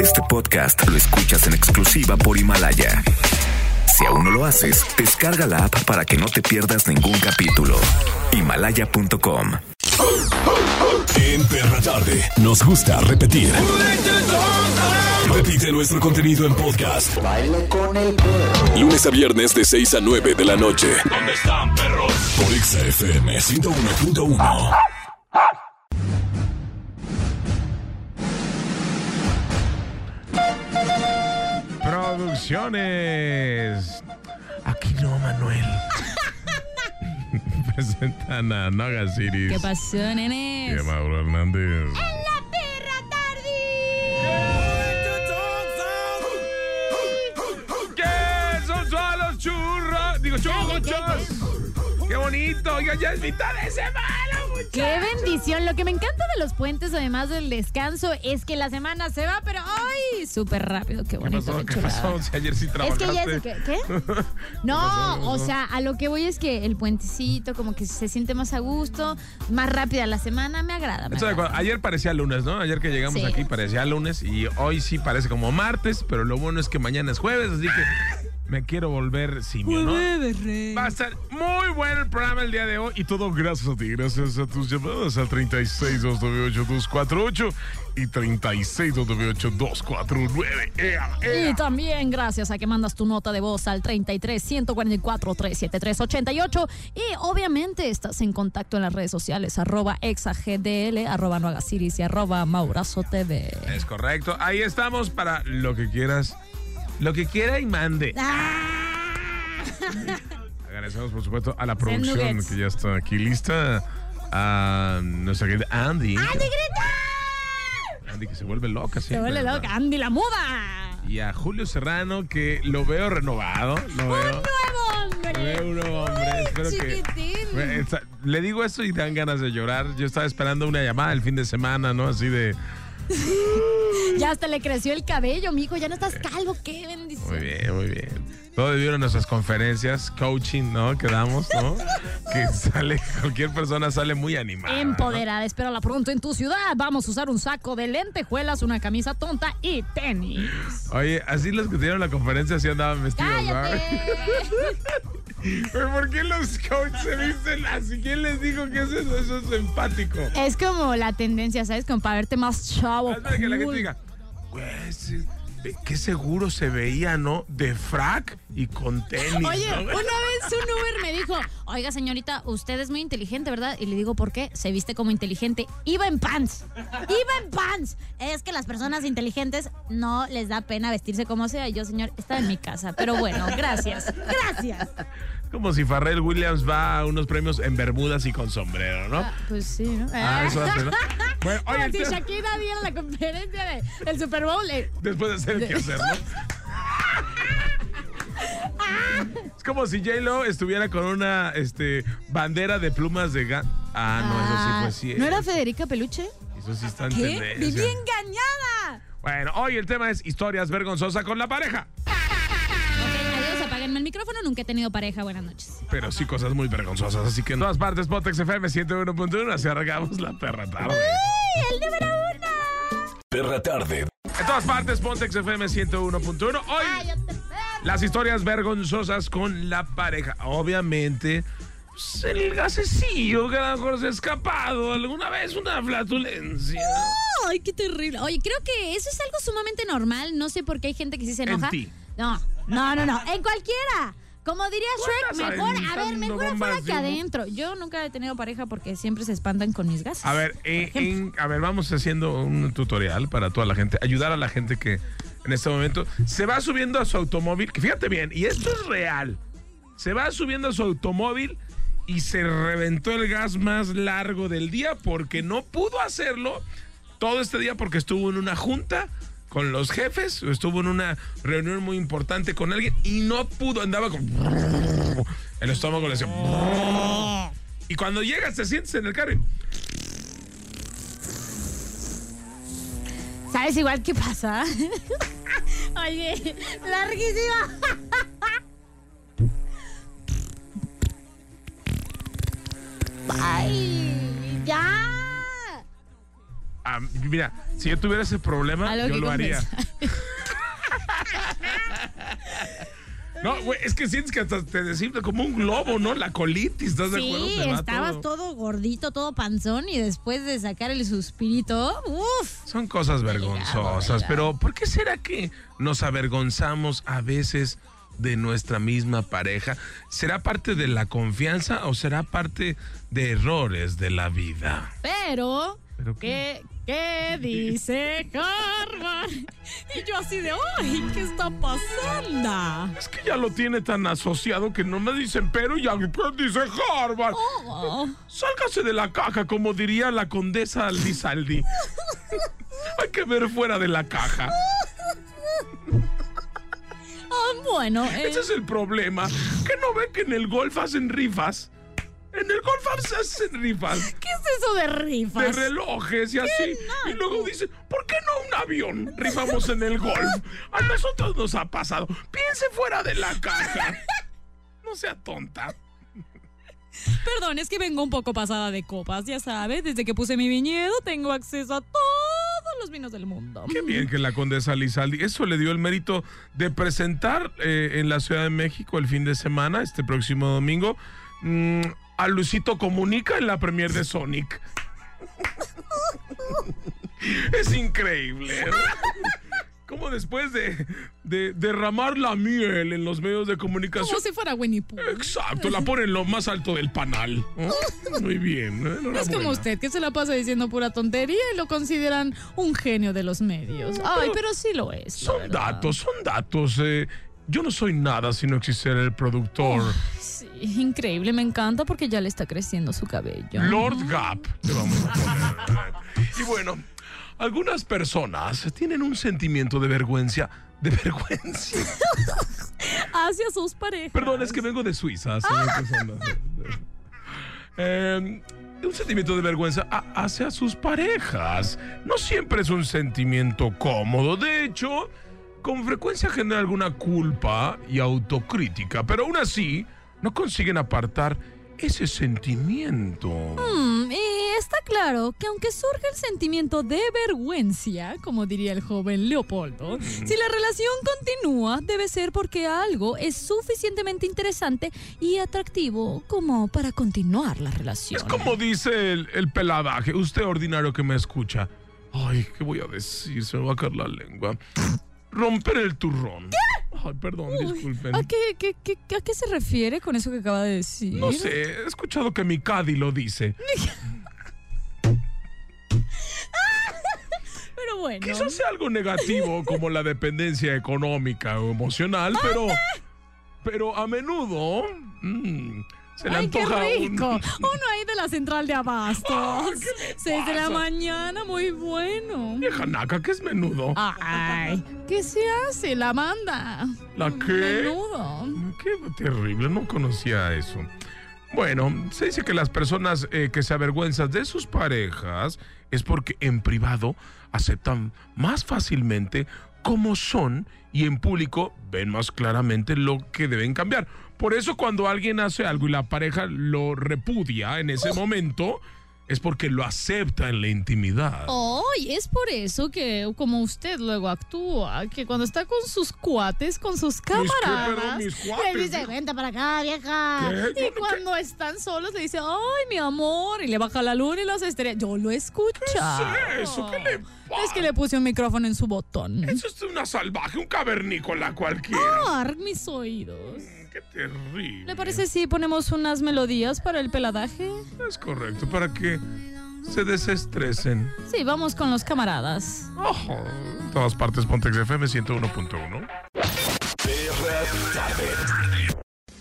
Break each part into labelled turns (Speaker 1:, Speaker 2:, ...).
Speaker 1: Este podcast lo escuchas en exclusiva por Himalaya. Si aún no lo haces, descarga la app para que no te pierdas ningún capítulo. Himalaya.com.
Speaker 2: En Perra Tarde nos gusta repetir. Repite nuestro contenido en podcast. Lunes a viernes de 6 a 9 de la noche. ¿Dónde están, perros? Por Exa FM 101.1.
Speaker 3: Producciones. Aquí no, Manuel. Presentan a Naga Ciris
Speaker 4: ¿Qué pasó,
Speaker 3: y
Speaker 4: nenes?
Speaker 3: a Mauro Hernández.
Speaker 4: ¡La perra tarde!
Speaker 3: ¿Qué son solo churros? Digo, chocochos. Qué bonito. Oiga, ya es mitad de semana, muchachos.
Speaker 4: ¡Qué bendición! Lo que me encanta de los puentes, además del descanso, es que la semana se va, pero ¡ay! Súper rápido, qué
Speaker 3: ¿Qué
Speaker 4: bonito.
Speaker 3: pasó?
Speaker 4: qué
Speaker 3: ¿Qué
Speaker 4: chulada.
Speaker 3: pasó? Si ayer sí
Speaker 4: Es que
Speaker 3: trabajaste.
Speaker 4: ya es... ¿Qué? ¿Qué? No, o sea, a lo que voy es que el puentecito como que se siente más a gusto, más rápida la semana, me agrada. me
Speaker 3: Estoy de
Speaker 4: agrada.
Speaker 3: acuerdo. Ayer parecía lunes, ¿no? Ayer que llegamos
Speaker 4: Sí.
Speaker 3: aquí parecía lunes y hoy sí parece como martes, pero lo bueno es que mañana es jueves, así que me quiero volver simio, ¿no? Va a estar muy bueno el programa el día de hoy y todo gracias a ti, gracias a tus llamadas al 36298248 y 36298249. ¡Ea,
Speaker 4: Y
Speaker 3: ea!
Speaker 4: también gracias a que mandas tu nota de voz al 33 144 373 88 y obviamente estás en contacto en las redes sociales arroba exagdl arroba noagasiris y arroba maurazo tv.
Speaker 3: Es correcto, ahí estamos para lo que quieras, lo que quiera y mande. Agradecemos, por supuesto, a la producción
Speaker 4: nuggets.
Speaker 3: que ya está aquí lista. A nuestra querida Andy. Andy, que se vuelve loca, sí.
Speaker 4: Se vuelve loca, Andy la muda.
Speaker 3: Y a Julio Serrano, que lo veo renovado. Lo veo.
Speaker 4: ¡Nuevo
Speaker 3: Lo
Speaker 4: hombre!
Speaker 3: veo un nuevo hombre.
Speaker 4: Ay,
Speaker 3: Espero que.
Speaker 4: chiquitín.
Speaker 3: Bueno, está- Le digo eso y dan ganas de llorar. Yo estaba esperando una llamada el fin de semana, ¿no? Así de.
Speaker 4: Ya hasta le creció el cabello, mijo, ya no estás calvo, qué bendición.
Speaker 3: Muy bien, muy bien. Todo debido a nuestras conferencias, coaching, ¿no? Que damos, ¿no? que sale, cualquier persona sale muy animada. ¿no?
Speaker 4: Empoderada, espérala pronto en tu ciudad. Vamos a usar un saco de lentejuelas, una camisa tonta y tenis.
Speaker 3: Oye, así los que dieron la conferencia así andaban vestidos,
Speaker 4: ¡Cállate!
Speaker 3: ¿no? Pero ¿por qué los coaches se visten así? ¿Quién les dijo que eso, es- eso es empático?
Speaker 4: Es como la tendencia, ¿sabes? Como para verte más chavo.
Speaker 3: Hazme que la gente
Speaker 4: cool.
Speaker 3: diga, güey, ese- ve- qué seguro se veía, ¿no? De frac y con tenis.
Speaker 4: Oye,
Speaker 3: ¿no?
Speaker 4: una vez un Uber me dijo, oiga señorita, usted es muy inteligente, ¿verdad? Y le digo, ¿por qué? Se viste como inteligente. Iba en pants. Iba en pants. Es que las personas inteligentes no les da pena vestirse como sea. Y yo, señor, estaba en mi casa. Pero bueno, gracias. Gracias.
Speaker 3: Como si Farrell Williams va a unos premios en Bermudas y con sombrero, ¿no?
Speaker 4: Pues sí, ¿no?
Speaker 3: Ah, eso hace, ¿no? Bueno, oye, este-
Speaker 4: Como si
Speaker 3: entonces-
Speaker 4: Shakira diera la conferencia de- del Super Bowl. eh,
Speaker 3: Después de hacer el quehacer, ¿no? Es como si J-Lo estuviera con una este, bandera de plumas de gan. Ah, no, eso sí fue
Speaker 4: ¿No era
Speaker 3: cierto.
Speaker 4: Federica Peluche?
Speaker 3: Eso sí está en
Speaker 4: ¿Qué?
Speaker 3: tendencia.
Speaker 4: ¡Viví engañada!
Speaker 3: Bueno, hoy el tema es historias vergonzosas con la pareja.
Speaker 4: Ok, adiós, apáguenme el micrófono. Nunca he tenido pareja. Buenas noches.
Speaker 3: Pero sí cosas muy vergonzosas. Así que en todas partes, Potex FM 101.1, así arrancamos la perra tarde.
Speaker 4: el número uno!
Speaker 2: Perra Tarde.
Speaker 3: En todas partes, Pontex FM 101.1. Hoy las historias vergonzosas con la pareja. Obviamente, pues, el gasecillo que a lo mejor se ha escapado alguna vez, una flatulencia.
Speaker 4: ¡Ay, qué terrible! Oye, creo que eso es algo sumamente normal. No sé por qué hay gente que sí se
Speaker 3: En
Speaker 4: enoja.
Speaker 3: ti.
Speaker 4: No, no, no, no. En cualquiera. Como diría Shrek,
Speaker 3: ¿Cuántas
Speaker 4: mejor, a ver,
Speaker 3: aventando
Speaker 4: mejor afuera
Speaker 3: bombas
Speaker 4: que
Speaker 3: de humo?
Speaker 4: adentro. Yo nunca he tenido pareja porque siempre se espantan con mis gases.
Speaker 3: A ver, eh, en- a ver, vamos haciendo un tutorial para toda la gente, ayudar a la gente que en este momento se va subiendo a su automóvil, que fíjate bien, y esto es real, se va subiendo a su automóvil y se reventó el gas más largo del día porque no pudo hacerlo todo este día porque estuvo en una junta con los jefes, o estuvo en una reunión muy importante con alguien y no pudo, andaba con... El estómago le decía... Y cuando llegas te sientes en el carro y...
Speaker 4: ¿Sabes igual qué pasa? Oye, larguísima. ¡Ay! ¡Ya!
Speaker 3: a- Ah, mira, si yo tuviera ese problema,
Speaker 5: A
Speaker 3: yo
Speaker 5: lo que
Speaker 3: lo haría.
Speaker 5: confesar.
Speaker 3: No, güey, es que sientes que hasta te desinfla como un globo, ¿no? La colitis, ¿estás de acuerdo?
Speaker 5: Sí,
Speaker 3: Se va
Speaker 5: estabas
Speaker 3: todo.
Speaker 5: todo gordito, todo panzón y después de sacar el suspirito, uff.
Speaker 3: Son cosas vergonzosas, pero ¿por qué será que nos avergonzamos a veces de nuestra misma pareja? ¿Será parte de la confianza o será parte de errores de la vida?
Speaker 5: Pero,
Speaker 3: ¿Pero
Speaker 5: ¿qué, ¿qué dice Harvard? Y yo así de, ¡ay, qué está pasando!
Speaker 3: Es que ya lo tiene tan asociado que no me dicen pero ya dice Harvard.
Speaker 5: Oh,
Speaker 3: Sálgase de la caja, como diría la condesa Lizaldi. Hay que ver fuera de la caja.
Speaker 5: ah, bueno, eh,
Speaker 3: Ese es el problema. ¿Qué no ve que en el golf hacen rifas? En el golf se hacen rifas
Speaker 5: ¿qué es eso de
Speaker 3: de
Speaker 5: rifas?
Speaker 3: relojes y así. Y luego dicen, ¿por qué no un avión? Rifamos en el golf. A nosotros nos ha pasado. Piense fuera de la caja. No sea tonta.
Speaker 5: Perdón, es que vengo un poco pasada de copas, ya sabes. Desde que puse mi viñedo tengo acceso a todos los vinos del mundo.
Speaker 3: Qué bien que la condesa Lizaldi, eso le dio el mérito de presentar eh, en la Ciudad de México el fin de semana, este próximo domingo, mm, a Lucito Comunica en la premier de Sonic. es increíble. ¿no? Como después de, de derramar la miel en los medios de comunicación.
Speaker 5: Como si fuera Winnie Pooh.
Speaker 3: Exacto, la pone en lo más alto del panal. Muy bien.
Speaker 5: No es como
Speaker 3: enhorabuena.
Speaker 5: usted que se la pasa diciendo pura tontería y lo consideran un genio de los medios. Ay, pero sí lo es. la
Speaker 3: Son
Speaker 5: verdad.
Speaker 3: datos, son datos. eh. yo no soy nada si no existiera el productor.
Speaker 5: Sí, increíble, me encanta porque ya le está creciendo su cabello.
Speaker 3: Lord Gap. le vamos a poner. y bueno, algunas personas tienen un sentimiento de vergüenza. De vergüenza.
Speaker 5: Hacia sus parejas.
Speaker 3: Perdón, es que vengo de Suiza. señor Casandra. Eh, un sentimiento de vergüenza a- hacia sus parejas. No siempre es un sentimiento cómodo. De hecho, con frecuencia genera alguna culpa y autocrítica. Pero aún así, no consiguen apartar ese sentimiento.
Speaker 5: Mm, y está claro que aunque surge el sentimiento de vergüenza, como diría el joven Leopoldo, si la relación continúa debe ser porque algo es suficientemente interesante y atractivo como para continuar la relación.
Speaker 3: Es como dice el, el peladaje. Usted ordinario que me escucha. Ay, ¿qué voy a decir? Se me va a caer la lengua. Romper el turrón. Ay, perdón, disculpen.
Speaker 5: ¿A qué, qué- qué- a qué se refiere con eso que acaba de decir?
Speaker 3: No sé, he escuchado que mi Cadi lo dice.
Speaker 5: Pero bueno.
Speaker 3: Quizás sea algo negativo como la dependencia económica o emocional, pero, pero a menudo mm, se le
Speaker 5: ¡Ay, qué
Speaker 3: antoja un-
Speaker 5: rico! Uno ahí de la central de
Speaker 3: Ah,
Speaker 5: abastos.
Speaker 3: ¿qué le
Speaker 5: Seis de la
Speaker 3: pasa?
Speaker 5: mañana, muy bueno.
Speaker 3: Vieja naca, que es menudo.
Speaker 5: Ah, Ay, ¿qué se hace? La manda.
Speaker 3: ¿La qué?
Speaker 5: Menudo.
Speaker 3: Qué terrible, no conocía eso. Bueno, se dice que las personas eh, que se avergüenzan de sus parejas es porque en privado aceptan más fácilmente cómo son y en público ven más claramente lo que deben cambiar. Por eso cuando alguien hace algo y la pareja lo repudia en ese momento, es porque lo acepta en la intimidad.
Speaker 5: Ay, es por eso que como usted luego actúa, que cuando está con sus cuates, con sus
Speaker 3: qué, pero
Speaker 5: camaradas,
Speaker 3: mis cuates,
Speaker 5: le dice,
Speaker 3: ¿no?
Speaker 5: vente para acá, vieja.
Speaker 3: ¿Qué? ¿Cómo que?
Speaker 5: Y cuando están solos le dice, ay, mi amor, y le baja la luna y las estrellas. Yo lo escucho.
Speaker 3: ¿Qué es eso? ¿Qué le pasa?
Speaker 5: Es que le puse un micrófono en su botón.
Speaker 3: Eso es una salvaje, un cavernícola cualquiera.
Speaker 5: Ar, Ah, mis oídos.
Speaker 3: Qué terrible.
Speaker 5: ¿Le parece si ponemos unas melodías para el peladaje?
Speaker 3: Es correcto, para que se desestresen.
Speaker 5: Sí, vamos con los camaradas.
Speaker 3: Ojo. En todas partes, Pontex FM 101.1.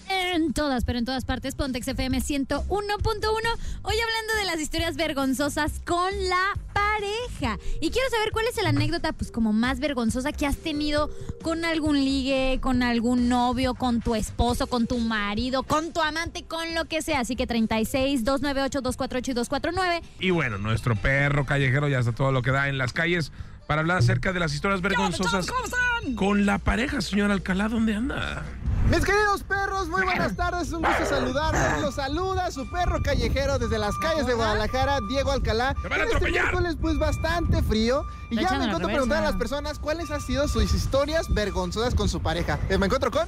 Speaker 5: En todas, pero en todas partes, Pontex FM 101.1. Hoy hablando de las historias vergonzosas con la pareja. Y quiero saber cuál es la anécdota, pues, como más vergonzosa que has tenido con algún ligue, con algún novio, con tu esposo, con tu marido, con tu amante, con lo que sea. Así que 36, 298, 248 y 249.
Speaker 3: Y bueno, nuestro perro callejero ya está todo lo que da en las calles para hablar acerca de las historias vergonzosas
Speaker 5: ¿Cómo están?
Speaker 3: con la pareja, señor Alcalá. ¿Dónde anda?
Speaker 6: Mis queridos perros, muy buenas tardes, un gusto saludarlos. Los saluda su perro callejero desde las calles de Guadalajara, Diego Alcalá.
Speaker 3: ¡Te van a
Speaker 6: En este
Speaker 3: atropellar!
Speaker 6: miércoles, pues bastante frío. Y
Speaker 4: Te
Speaker 6: ya
Speaker 4: echan
Speaker 6: me
Speaker 4: al
Speaker 6: encuentro
Speaker 4: revés,
Speaker 6: preguntar a
Speaker 4: mano.
Speaker 6: las personas cuáles han sido sus historias vergonzosas con su pareja. Eh, Me encuentro con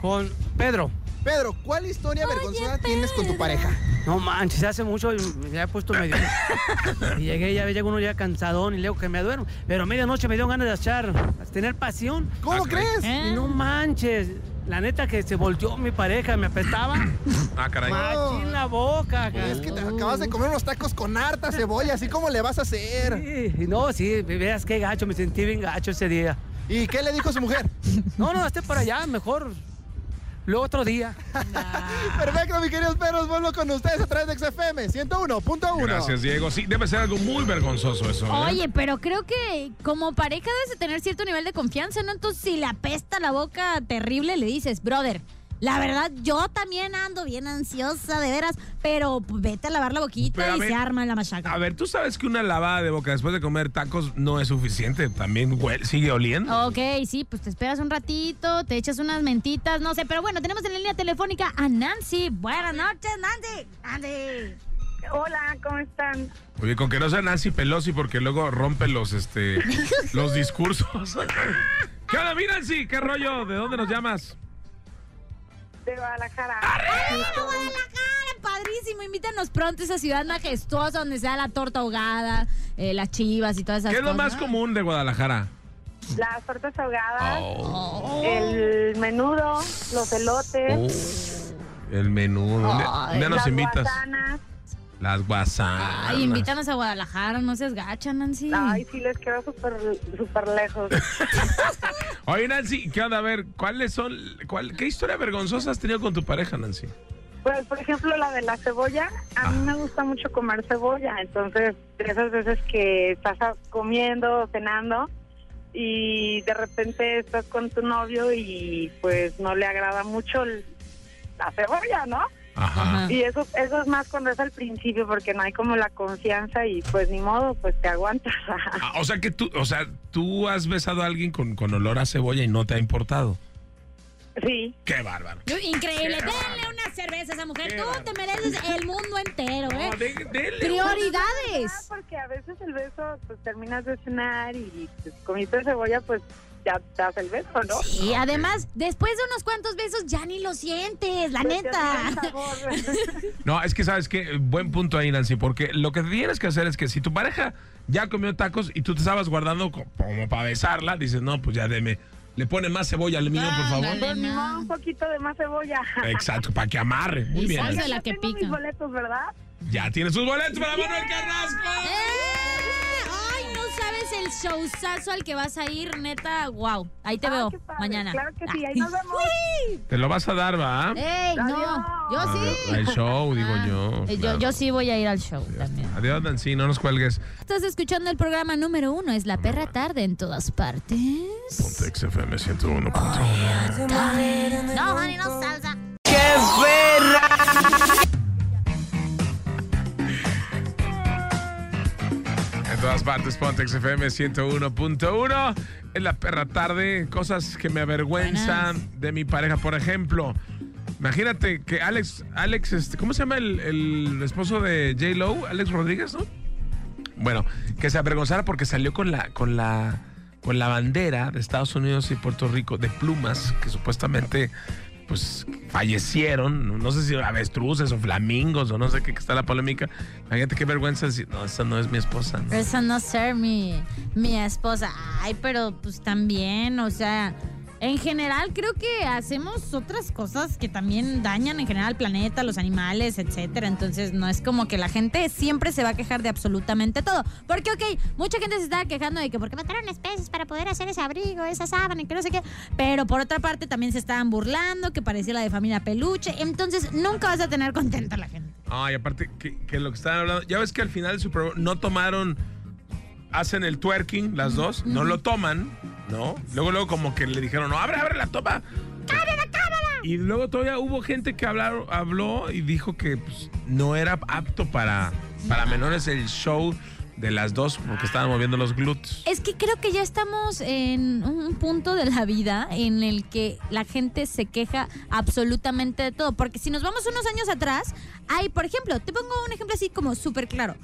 Speaker 7: Con Pedro.
Speaker 6: Pedro. ¿Cuál historia
Speaker 4: Oye,
Speaker 6: vergonzosa tienes con tu
Speaker 4: Pedro.
Speaker 6: pareja?
Speaker 7: No manches, hace mucho y me he puesto medio. Y llegué, ya llega uno ya cansadón y luego que me duermo. Pero a medianoche me dio ganas de echar, tener pasión.
Speaker 6: ¿Cómo
Speaker 3: Ah, caray.
Speaker 6: crees?
Speaker 4: ¿Eh?
Speaker 7: Y no manches, la neta que se volteó mi pareja, me apestaba.
Speaker 3: Ah, caray.
Speaker 6: Ma-
Speaker 7: Machín la boca, cara.
Speaker 6: Es que te acabas de comer unos tacos con harta cebolla, así como le vas a hacer.
Speaker 7: Sí, no, sí, veas qué gacho, me sentí bien gacho ese día.
Speaker 6: ¿Y qué le dijo su mujer?
Speaker 7: No, no, esté para allá, mejor. Luego otro día.
Speaker 6: Perfecto, mis queridos perros, vuelvo con ustedes a través de XFM 101.1.
Speaker 3: Gracias, Diego. Sí, debe ser algo muy vergonzoso eso. ¿eh?
Speaker 4: Oye, pero creo que como pareja debes de tener cierto nivel de confianza, ¿no? Entonces, si la pesta la boca terrible, le dices, brother, la verdad, yo también ando bien ansiosa, de veras, pero pues, vete a lavar la boquita
Speaker 3: Pero a
Speaker 4: y
Speaker 3: ver-
Speaker 4: se arma la machaca.
Speaker 3: A ver, tú sabes que una lavada de boca después de comer tacos no es suficiente. También huele- sigue oliendo.
Speaker 4: Ok, sí, pues te esperas un ratito, te echas unas mentitas, no sé, pero bueno, tenemos en la línea telefónica a Nancy. Buenas noches, Nancy. Nancy.
Speaker 8: Hola, ¿cómo están?
Speaker 3: Oye, con que no sea Nancy Pelosi porque luego rompe los, este, los discursos. ¿Qué onda, mi Nancy? ¿Qué rollo? ¿De dónde nos llamas?
Speaker 8: De Guadalajara.
Speaker 4: ¡Arriba Guadalajara! Padrísimo, invítanos pronto a esa ciudad majestuosa donde sea la torta ahogada, eh, las chivas y todas esas
Speaker 3: ¿Qué es
Speaker 4: cosas.
Speaker 3: lo más común de Guadalajara?
Speaker 8: Las tortas ahogadas,
Speaker 4: Oh.
Speaker 8: el menudo, los
Speaker 3: Oh.
Speaker 8: elotes,
Speaker 3: El menú. ¿Dónde,
Speaker 4: Ay,
Speaker 3: dónde nos
Speaker 8: las
Speaker 3: invitas? Ah,
Speaker 8: guasanas.
Speaker 3: Las guasanas.
Speaker 4: Ay, invítanos a Guadalajara, no seas gacha, Nancy.
Speaker 8: Ay, sí, les queda súper súper lejos.
Speaker 3: Oye, Nancy, ¿qué onda? A ver, ¿cuáles son, cuál, ¿qué historia vergonzosa has tenido con tu pareja, Nancy?
Speaker 8: Pues, por ejemplo, la de la cebolla. A
Speaker 3: Ah.
Speaker 8: mí me gusta mucho comer cebolla. Entonces, de esas veces que estás a- comiendo, cenando, y de repente estás con tu novio y pues no le agrada mucho el- la cebolla, ¿no?
Speaker 3: Ajá.
Speaker 4: Ajá.
Speaker 8: Y eso, eso es más cuando es al principio, porque no hay como la confianza y pues ni modo, pues te aguantas.
Speaker 3: Ah, o sea que tú, o sea, tú has besado a alguien con, con olor a cebolla y no te ha importado.
Speaker 8: sí,
Speaker 3: ¡Qué bárbaro!
Speaker 4: Increíble,
Speaker 3: Qué
Speaker 4: denle una cerveza a esa mujer.
Speaker 3: Qué
Speaker 4: Tú te mereces el mundo entero, ¿eh?
Speaker 3: No, de- dele.
Speaker 4: Prioridades.
Speaker 8: Ah, porque a veces el beso, pues terminas de cenar y pues, comiste cebolla, pues ya das el beso, ¿no?
Speaker 4: Y además, después de unos cuantos besos ya ni lo sientes, la
Speaker 8: Pues, ya
Speaker 4: neta.
Speaker 8: tiene el sabor.
Speaker 3: No, es que sabes que buen punto ahí, Nancy, porque lo que tienes que hacer es que si tu pareja ya comió tacos y tú te estabas guardando co- como para besarla, dices, no, pues ya deme, le pone más cebolla al mío, por favor.
Speaker 4: Ándale,
Speaker 8: Pues, ni modo, un
Speaker 4: no.
Speaker 8: poquito de más cebolla.
Speaker 3: Exacto, para que amarre. Muy
Speaker 4: Y
Speaker 3: bien.
Speaker 4: salsa.
Speaker 8: Oigan,
Speaker 4: de la
Speaker 8: ya
Speaker 4: que
Speaker 8: tengo
Speaker 4: pica.
Speaker 8: mis boletos, ¿verdad?
Speaker 3: Ya tienes sus boletos para Manuel Carrasco.
Speaker 4: ¡Eh! Ay, no sabes el showzazo al que vas a ir, neta. Wow. Ahí te
Speaker 8: Ah,
Speaker 4: veo
Speaker 8: qué padre,
Speaker 4: mañana.
Speaker 8: Claro que sí, ahí
Speaker 4: Ay.
Speaker 8: nos vemos.
Speaker 3: Te lo vas a dar, ¿va?
Speaker 4: ¡Ey, no! Yo
Speaker 3: A
Speaker 4: Eh, sí.
Speaker 3: ver, Al show, digo
Speaker 4: Ah,
Speaker 3: yo.
Speaker 4: eh,
Speaker 3: claro.
Speaker 4: yo. Yo sí voy a ir al show también.
Speaker 3: Adiós, Nancy, no nos cuelgues.
Speaker 4: Estás escuchando el programa número uno, es La Perra Tarde en todas partes.
Speaker 3: XFM 101.1.
Speaker 4: No, honey, no salsa.
Speaker 3: En todas partes, Pontex FM 101.1. Es la perra tarde. Cosas que me avergüenzan de mi pareja. Por ejemplo, imagínate que Alex, Alex, este, ¿cómo se llama el, el esposo de J. Lo? Alex Rodríguez, ¿no? Bueno, que se avergonzara porque salió con la, con la, con la bandera de Estados Unidos y Puerto Rico de plumas que supuestamente pues fallecieron, no- no sé si avestruces o flamingos o no sé qué, que está la polémica. Imagínate qué vergüenza decir, no, esa no es mi esposa. ¿no?".
Speaker 4: Esa no ser mi, mi esposa. Ay, pero pues también, o sea, en general creo que hacemos otras cosas que también dañan en general al planeta, los animales, etcétera. Entonces no es como que la gente siempre se va a quejar de absolutamente todo. Porque, ok, mucha gente se estaba quejando de que porque mataron especies para poder hacer ese abrigo, esa sábana y que no sé qué. Pero por otra parte también se estaban burlando, que parecía la de familia peluche. Entonces nunca vas a tener contenta a la gente.
Speaker 3: Ay, aparte que, que lo que estaban hablando, ya ves que al final del Super Bowl no tomaron, hacen el twerking las dos, no lo toman, ¿no? Luego, luego como que le dijeron, no, abre, abre la toma. Y luego todavía hubo gente que hablaron, habló y dijo que pues, no era apto para, para menores el show de las dos, porque estaban moviendo los glúteos.
Speaker 4: Es que creo que ya estamos en un punto de la vida en el que la gente se queja absolutamente de todo. Porque si nos vamos unos años atrás, hay, por ejemplo, te pongo un ejemplo así como súper claro.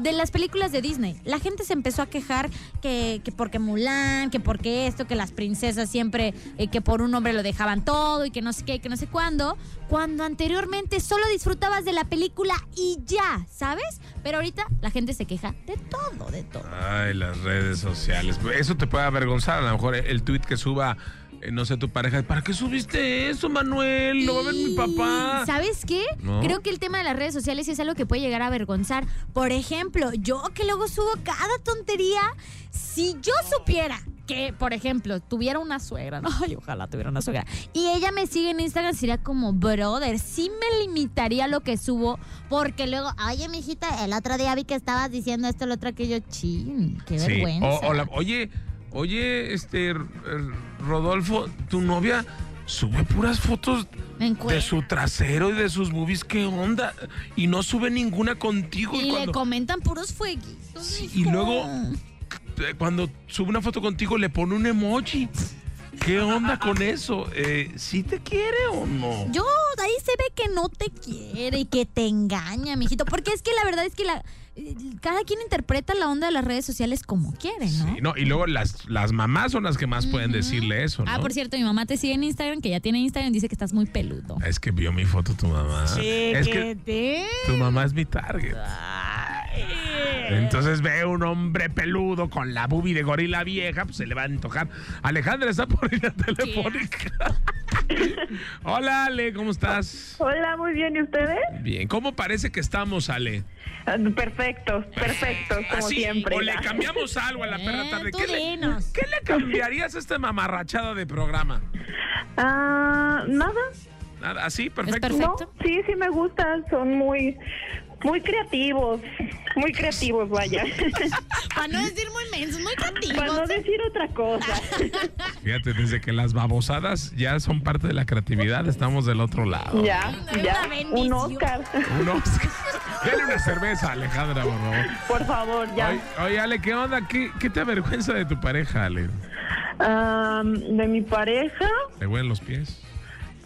Speaker 4: De las películas de Disney, la gente se empezó a quejar que, que porque Mulan, que porque esto, que las princesas siempre, eh, que por un hombre lo dejaban todo y que no sé qué, y que no sé cuándo, cuando anteriormente solo disfrutabas de la película y ya, ¿sabes? Pero ahorita la gente se queja de todo, de todo.
Speaker 3: Ay, las redes sociales. Eso te puede avergonzar. A lo mejor el tweet que suba, eh, no sé, tu pareja. ¿Para qué subiste eso, Manuel? Lo va a ver mi papá.
Speaker 4: Y, ¿Sabes qué?
Speaker 3: No.
Speaker 4: Creo que el tema de las redes sociales sí es algo que puede llegar a avergonzar. Por ejemplo, yo que luego subo cada tontería, si yo supiera que, por ejemplo, tuviera una suegra, no, Ay, ojalá tuviera una suegra, y ella me sigue en Instagram, sería como, brother, sí me limitaría lo que subo, porque luego, oye, mijita, el otro día vi que estabas diciendo esto, el otro aquello, chin, qué
Speaker 3: Sí.
Speaker 4: vergüenza.
Speaker 3: O- o la- oye, oye, este, R- R- Rodolfo, tu novia sube puras fotos de
Speaker 4: Me encuentro.
Speaker 3: su trasero y de sus movies. ¿Qué onda? Y no sube ninguna contigo.
Speaker 4: Y le
Speaker 3: cuando-
Speaker 4: comentan puros fueguitos.
Speaker 3: Sí,
Speaker 4: hijo.
Speaker 3: y luego, eh, cuando sube una foto contigo, le pone un emoji. ¿Qué onda con eso? Eh, ¿Sí te quiere o no?
Speaker 4: Yo, ahí se ve que no te quiere y que te engaña, mijito. Porque es que la verdad es que la, cada quien interpreta la onda de las redes sociales como quiere, ¿no?
Speaker 3: Sí, no, y luego las, las mamás son las que más pueden
Speaker 4: Ujú.
Speaker 3: decirle eso, ¿no?
Speaker 4: Ah, por cierto, mi mamá te sigue en Instagram, que ya tiene Instagram, dice que estás muy peludo.
Speaker 3: Es que vio mi foto tu mamá. Ah, es que tu mamá es mi target. Entonces ve un hombre peludo con la bubi de gorila vieja, pues se le va a antojar. Alejandra está por línea telefónica. Hola, Ale, ¿cómo estás?
Speaker 8: Hola, muy bien, ¿y ustedes?
Speaker 3: Bien, ¿cómo parece que estamos, Ale?
Speaker 8: Ah, Perfectos, perfectos, como
Speaker 3: Así,
Speaker 8: siempre.
Speaker 3: o le
Speaker 8: ya.
Speaker 3: cambiamos algo a la perra
Speaker 4: Eh,
Speaker 3: tarde.
Speaker 4: tú
Speaker 3: ¿Qué le,
Speaker 4: dinos.
Speaker 3: qué le cambiarías a esta mamarrachada de programa?
Speaker 8: Ah, nada.
Speaker 3: Nada, así, perfecto.
Speaker 4: perfecto.
Speaker 8: No, sí, sí me gustan, son muy muy creativos, muy creativos, vaya.
Speaker 4: Para no decir muy menso, muy creativo.
Speaker 8: Para no decir otra cosa.
Speaker 3: Fíjate, desde que las babosadas ya son parte de la creatividad, estamos del otro lado.
Speaker 8: ya, ya,
Speaker 4: Ah, Una bendición.
Speaker 8: un Oscar,
Speaker 3: Un Oscar. Dale una cerveza, Alejandra, por favor.
Speaker 8: por favor, ya.
Speaker 3: Oye, oye, Ale, ¿qué onda? ¿Qué, qué te avergüenza de tu pareja, Ale?
Speaker 8: Ah, de mi pareja,
Speaker 3: ¿Le huelen los pies?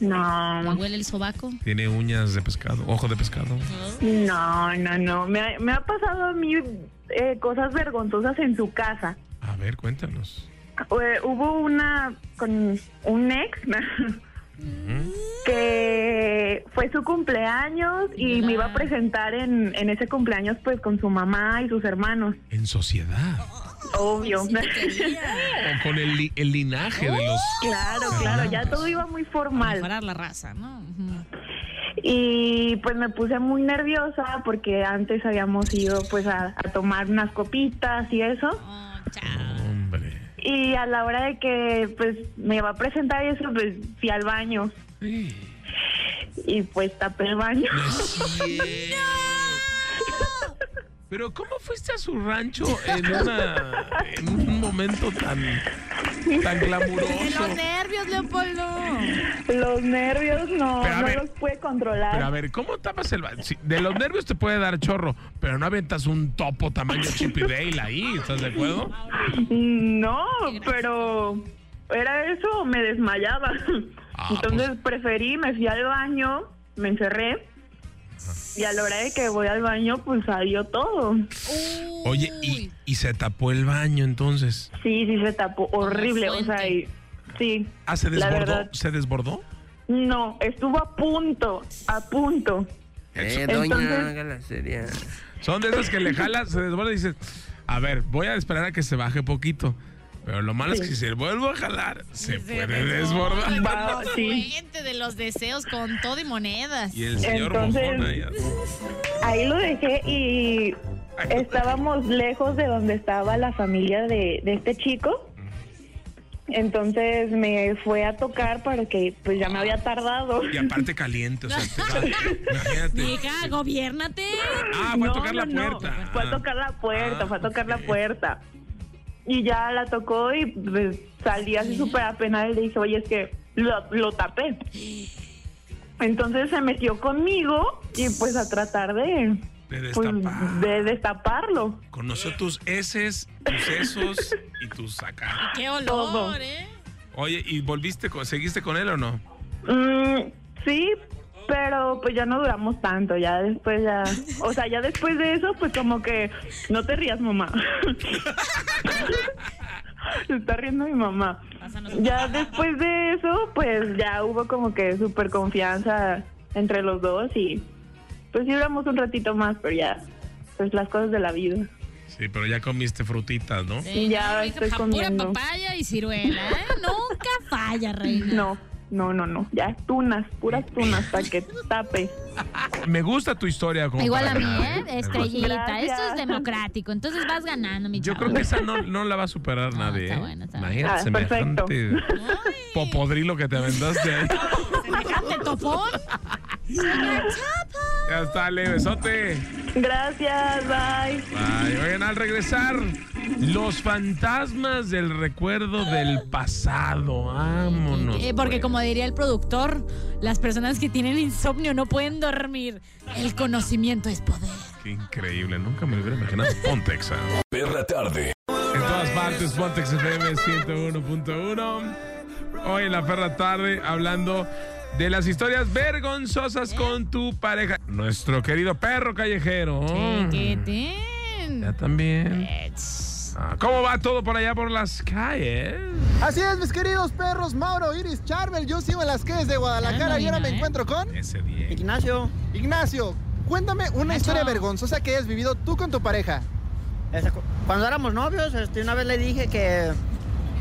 Speaker 8: no,
Speaker 4: huele el sobaco.
Speaker 3: ¿Tiene uñas de pescado? ¿Ojo de pescado?
Speaker 8: no, no, no. Me ha, me ha pasado a mí eh, cosas vergonzosas en su casa.
Speaker 3: A ver, cuéntanos.
Speaker 8: Eh, hubo una con un ex que fue su cumpleaños y me iba a presentar en, en ese cumpleaños pues con su mamá y sus hermanos,
Speaker 3: En sociedad.
Speaker 8: obvio.
Speaker 3: O con el, li- el linaje de los...
Speaker 8: claro, claro, ya todo iba muy formal.
Speaker 4: Mejorar la raza, ¿no? Ujú.
Speaker 8: Y pues me puse muy nerviosa porque antes habíamos ido pues a, a tomar unas copitas y eso.
Speaker 4: Oh, chao.
Speaker 3: Hombre.
Speaker 8: Y a la hora de que pues me iba a presentar y eso pues fui al baño y pues tapé el baño.
Speaker 3: Pues. Pero ¿cómo fuiste a su rancho en, una, en un momento tan, tan
Speaker 4: De
Speaker 3: glamuroso?
Speaker 4: los nervios, Leopoldo.
Speaker 8: Los nervios no,
Speaker 3: Pero a
Speaker 8: no
Speaker 3: ver.
Speaker 8: los pude controlar.
Speaker 3: Pero a ver, ¿cómo tapas el baño? de los nervios te puede dar chorro, pero no aventas un topo tamaño Chip y Dale ahí, ¿estás de acuerdo?
Speaker 8: No, pero era eso, o me desmayaba.
Speaker 3: Ah,
Speaker 8: Entonces preferí, me fui al baño, me encerré. Y a la hora de que voy al baño, pues salió todo.
Speaker 3: Oye, y, y se tapó el baño entonces.
Speaker 8: Sí, sí, se tapó horrible. O sea, y- sí.
Speaker 3: Ah, se
Speaker 8: La
Speaker 3: desbordó.
Speaker 8: verdad.
Speaker 3: ¿Se desbordó?
Speaker 8: No, estuvo a punto, a punto.
Speaker 7: Eh,
Speaker 8: Entonces-
Speaker 7: doña, haga la serie.
Speaker 3: Son de esas que le jalas, se desborda y dices, a ver, voy a esperar a que se baje poquito. Pero lo malo es que si le vuelvo a jalar, se puede desbordar.
Speaker 8: Va, sí.
Speaker 4: Gente de los deseos con todo y monedas.
Speaker 3: Y el señor
Speaker 8: Entonces-
Speaker 3: mojón ahí.
Speaker 8: Ahí lo dejé y estábamos lejos de donde estaba la familia de, de este chico. Entonces me fue a tocar para que pues ya me había tardado.
Speaker 3: Y aparte caliente, o sea, te va- imagínate.
Speaker 4: Mija, gobiernate.
Speaker 3: Ah, fue a
Speaker 8: No,
Speaker 3: tocar la
Speaker 8: no, no,
Speaker 3: puerta.
Speaker 8: Fue a tocar la puerta,
Speaker 3: Ah,
Speaker 8: fue a tocar la
Speaker 3: ok.
Speaker 8: puerta. Y ya la tocó y pues, salí así súper apenada y le dije, oye, es que lo, lo tapé. Entonces se metió conmigo y pues a tratar de,
Speaker 3: De
Speaker 8: pues,
Speaker 3: destapar.
Speaker 8: de destaparlo.
Speaker 3: Conoció tus heces, tus sesos y tus acá.
Speaker 4: Qué olor,
Speaker 8: Todo.
Speaker 4: ¿eh?
Speaker 3: Oye, ¿y volviste, con- seguiste con él o no?
Speaker 8: Mm, sí, pero pues ya no duramos tanto, ya después ya, o sea, ya después de eso pues como que no te rías, mamá. Se está riendo mi mamá.
Speaker 4: Pásanos.
Speaker 8: Ya después de eso pues ya hubo como que súper confianza entre los dos y pues sí duramos un ratito más, pero ya pues las cosas de la vida.
Speaker 3: Sí, pero ya comiste frutitas, ¿no?
Speaker 4: Sí,
Speaker 8: Ya
Speaker 4: no, hija,
Speaker 8: Ah, estoy
Speaker 4: ja,
Speaker 8: comiendo.
Speaker 4: Pura papaya y ciruela, ¿eh? Nunca falla, reina.
Speaker 8: No, no, no, no, ya tunas, puras tunas para que tape.
Speaker 3: Me gusta tu historia. como
Speaker 4: Igual
Speaker 3: para
Speaker 4: a mí,
Speaker 3: ganar,
Speaker 4: ¿eh? Estrellita.
Speaker 8: Gracias.
Speaker 4: Esto es democrático. Entonces vas ganando, mi
Speaker 3: Yo
Speaker 4: chavo.
Speaker 3: creo que esa no, no la va a superar
Speaker 4: No,
Speaker 3: nadie.
Speaker 4: Ah, está
Speaker 3: ¿eh?
Speaker 4: bueno, está bueno.
Speaker 3: Imagínate,
Speaker 8: Ah, perfecto.
Speaker 3: semejante popodrilo que te aventaste ahí.
Speaker 4: Semejante topón.
Speaker 3: ya está, le besote.
Speaker 8: Gracias, bye.
Speaker 3: Ay, oigan, al regresar, los fantasmas del recuerdo del pasado. Vámonos.
Speaker 4: Eh, porque
Speaker 3: güey.
Speaker 4: como diría el productor, las personas que tienen insomnio no pueden dormir. El conocimiento es poder.
Speaker 3: Qué increíble, nunca me lo hubiera imaginado. Pontexa.
Speaker 2: Perra tarde.
Speaker 3: En todas partes, Pontex FM 101.1. Hoy en la perra tarde, hablando de las historias vergonzosas con tu pareja. Nuestro querido perro callejero.
Speaker 4: Chiquitín.
Speaker 3: Mm. Ya también.
Speaker 4: Ets.
Speaker 3: Ah, ¿Cómo va todo por allá por las calles?
Speaker 6: Así es, mis queridos perros, Mauro, Iris, Charbel, yo sigo en las calles de Guadalajara y ahora me
Speaker 4: ¿eh?
Speaker 6: encuentro con
Speaker 3: Ese día.
Speaker 7: Ignacio,
Speaker 6: Ignacio. Cuéntame una
Speaker 4: Nacho.
Speaker 6: historia vergonzosa que hayas vivido tú con tu pareja.
Speaker 7: este, cu- cuando éramos novios, este, una vez le dije que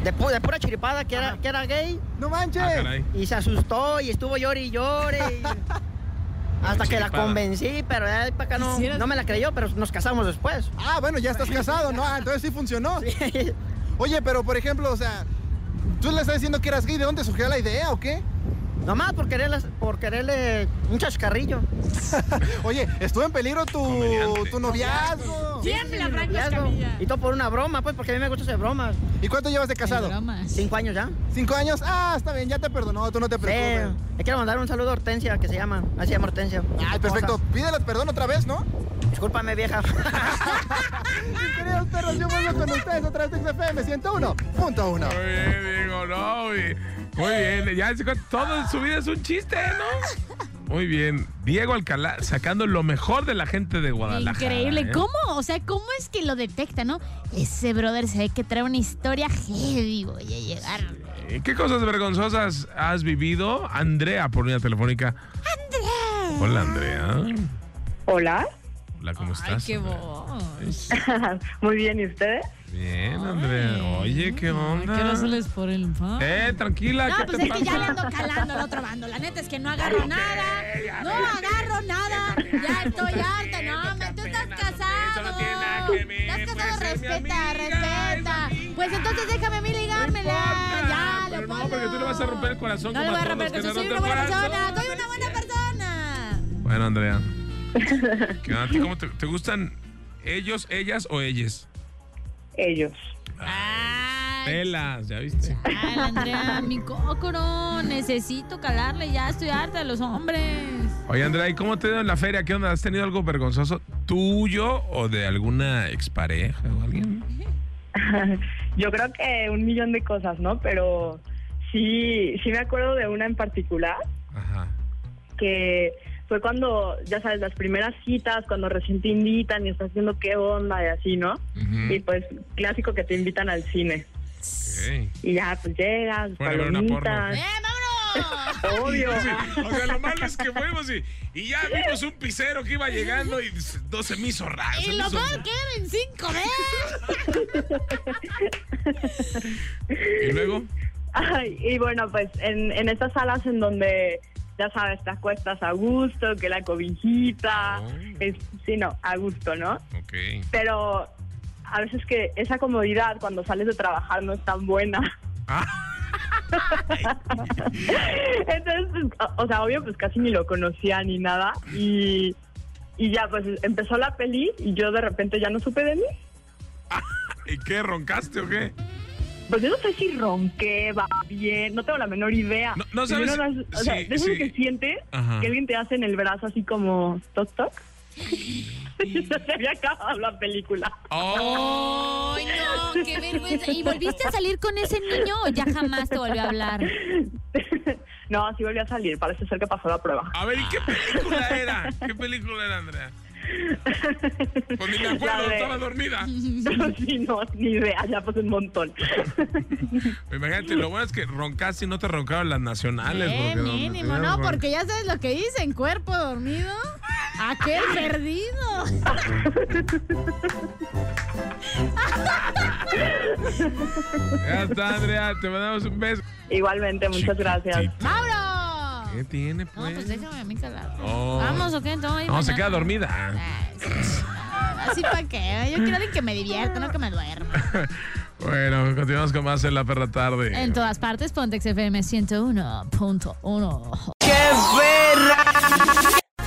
Speaker 7: de, pu- de pura chiripada que era, que era gay
Speaker 6: No manches.
Speaker 3: Ah, caray.
Speaker 7: y se asustó y estuvo llore y llore. y- hasta que la
Speaker 3: chiripada.
Speaker 7: convencí, pero ya para acá no,
Speaker 4: Quisieras-
Speaker 7: no me la creyó, pero nos casamos después.
Speaker 6: Ah, bueno, ya estás casado, ¿no? Ah, entonces sí funcionó. Oye, pero por ejemplo, o sea, tú le estás diciendo que eras gay, ¿de dónde surgió la idea o qué?
Speaker 7: Nomás por quererle, por quererle un chascarrillo.
Speaker 6: Oye, estuvo en peligro tu,
Speaker 3: Comediante.
Speaker 6: tu noviazgo.
Speaker 4: Tiembla,
Speaker 7: Mi
Speaker 4: Franco
Speaker 7: noviazgo.
Speaker 4: Escamilla.
Speaker 7: Y todo por una broma, pues, porque a mí me gusta hacer bromas.
Speaker 6: ¿Y cuánto llevas de
Speaker 4: Hay
Speaker 6: casado?
Speaker 4: bromas.
Speaker 7: Cinco años ya.
Speaker 6: ¿Cinco años? Ah, está bien, ya te perdonó, tú no te
Speaker 7: Sí.
Speaker 6: preocupes.
Speaker 7: Le quiero mandar un saludo a Hortensia, que se llama. Así se llama Hortensia.
Speaker 6: Ay, perfecto. Pídele perdón otra vez, ¿no?
Speaker 7: Discúlpame, vieja.
Speaker 6: Mis queridos perros, yo vuelvo con ustedes otra vez de XFM 101.1.
Speaker 3: Muy bien, digo, no, muy- muy bien. Ya se cuenta- todo en su vida es un chiste, ¿no? Muy bien. Diego Alcalá sacando lo mejor de la gente de Guadalajara.
Speaker 4: Increíble.
Speaker 3: ¿eh?
Speaker 4: ¿Cómo? O sea, ¿cómo es que lo detecta, no? Ese brother se ve que trae una historia heavy. Voy a llegar.
Speaker 3: Eh, ¿Qué cosas vergonzosas has vivido? Andrea, por línea telefónica. ¡Andrea! Hola, Andrea.
Speaker 8: Hola.
Speaker 3: Hola, ¿cómo
Speaker 4: Ay,
Speaker 3: estás?
Speaker 4: qué
Speaker 3: Andrea?
Speaker 4: voz.
Speaker 8: Muy bien, ¿y ustedes?
Speaker 3: Bien, Andrea. Oye, ¿qué onda?
Speaker 4: ¿Qué hora sales por el fan?
Speaker 3: Eh, tranquila,
Speaker 4: No,
Speaker 3: ¿qué
Speaker 4: pues
Speaker 3: te
Speaker 4: es
Speaker 3: pasa?
Speaker 4: que ya le ando calando al otro bando. La neta es que no agarro nada. No agarro nada. Ya estoy harta. No, me tú estás casado.
Speaker 3: pues,
Speaker 4: Estás casado, respeta, respeta. Pues entonces déjame a mí ligármela. Ya,
Speaker 3: pero
Speaker 4: Leopoldo.
Speaker 3: no, porque tú le vas a romper el corazón
Speaker 4: No le
Speaker 3: como
Speaker 4: voy
Speaker 3: a
Speaker 4: a romper el
Speaker 3: todos los que
Speaker 4: corazón. Soy
Speaker 3: le
Speaker 4: una buena
Speaker 3: rompen el
Speaker 4: persona.
Speaker 3: corazón.
Speaker 4: Soy una buena persona.
Speaker 3: Bueno, Andrea. ¿Qué onda? ¿A ti ¿Cómo te, te gustan ellos, ellas o ellas?
Speaker 8: Ellos.
Speaker 4: Ay,
Speaker 3: Pelas, ¿ya viste?
Speaker 4: ay, Andrea, mi cócoro. Necesito calarle. Ya estoy harta de los hombres.
Speaker 3: Oye, Andrea, ¿y cómo te dio en la feria? ¿Qué onda? ¿Has tenido algo vergonzoso tuyo o de alguna expareja o alguien?
Speaker 8: Yo creo que un millón de cosas, ¿no? Pero sí, sí me acuerdo de una en particular
Speaker 3: Ajá.
Speaker 8: que fue cuando, ya sabes, las primeras citas, cuando recién te invitan y estás viendo qué onda y así, ¿no?
Speaker 3: Ujú.
Speaker 8: Y pues clásico que te invitan al cine.
Speaker 3: Ok.
Speaker 8: Y ya, pues llegas,
Speaker 3: Fuera a ver una
Speaker 8: palomitas,
Speaker 4: ¡Eh, vámonos!
Speaker 8: obvio.
Speaker 3: Sí, o sea, lo malo es que fuimos y, y ya vimos un pisero que iba llegando y no se me hizo raro. se
Speaker 4: Y
Speaker 3: me
Speaker 4: lo
Speaker 3: hizo
Speaker 4: peor que eran cinco veces.
Speaker 3: ¿Y luego?
Speaker 8: Ay, y bueno, pues en, en estas salas en donde, ya sabes, te acuestas a gusto, que la cobijita,
Speaker 3: Oh.
Speaker 8: es, sí, no, a gusto, ¿no?
Speaker 3: Ok.
Speaker 8: pero a veces que esa comodidad cuando sales de trabajar no es tan buena. Entonces, pues, o, o sea, obvio, pues casi ni lo conocía ni nada. Y, y ya, pues empezó la peli y yo de repente ya no supe de mí.
Speaker 3: ¿Y qué? ¿Roncaste o qué?
Speaker 8: Pues yo no sé si ronqué, va bien, no tengo la menor idea.
Speaker 3: No- no sabes
Speaker 8: Yo
Speaker 3: si-
Speaker 8: o sea,
Speaker 3: sí,
Speaker 8: de eso
Speaker 3: sí.
Speaker 8: que sientes
Speaker 3: Ajá.
Speaker 8: que alguien te hace en el brazo así como toc toc.
Speaker 2: y se te había acabado la película.
Speaker 3: ¡Oh!
Speaker 4: Ay, no, qué vergüenza. ¿Y volviste a salir con ese niño o ya jamás te volvió a hablar?
Speaker 2: No, sí volví a salir, parece ser que pasó la prueba.
Speaker 3: A ver, ¿y qué película era? ¿Qué película era, Andrea? Pues ni me
Speaker 2: La
Speaker 3: acuerdo,
Speaker 2: de-
Speaker 3: estaba dormida.
Speaker 2: Sí, no, ni idea, ya pasó un montón.
Speaker 3: Pues Imagínate, lo bueno es que roncaste y no te roncaron las nacionales.
Speaker 4: Eh,
Speaker 3: porque donde
Speaker 4: mínimo,
Speaker 3: te-
Speaker 4: no, porque ya sabes lo que dicen, cuerpo dormido, aquel perdido.
Speaker 3: Ya está, Andrea, te mandamos un beso.
Speaker 2: Igualmente, muchas gracias.
Speaker 4: ¡Mauro!
Speaker 3: ¿Qué tiene,
Speaker 4: No, pues
Speaker 3: pues?
Speaker 4: déjame a mí calado.
Speaker 3: No.
Speaker 4: Vamos, ¿o qué? No, ahí
Speaker 3: Oh. No, se
Speaker 4: mañana.
Speaker 3: queda dormida.
Speaker 4: Ay, Ah, sí. Así para qué. Yo quiero alguien que me divierta, no que me duerma. pues-
Speaker 3: Bueno, continuamos con más en la perra tarde.
Speaker 4: En todas partes, Pontex FM 101.1.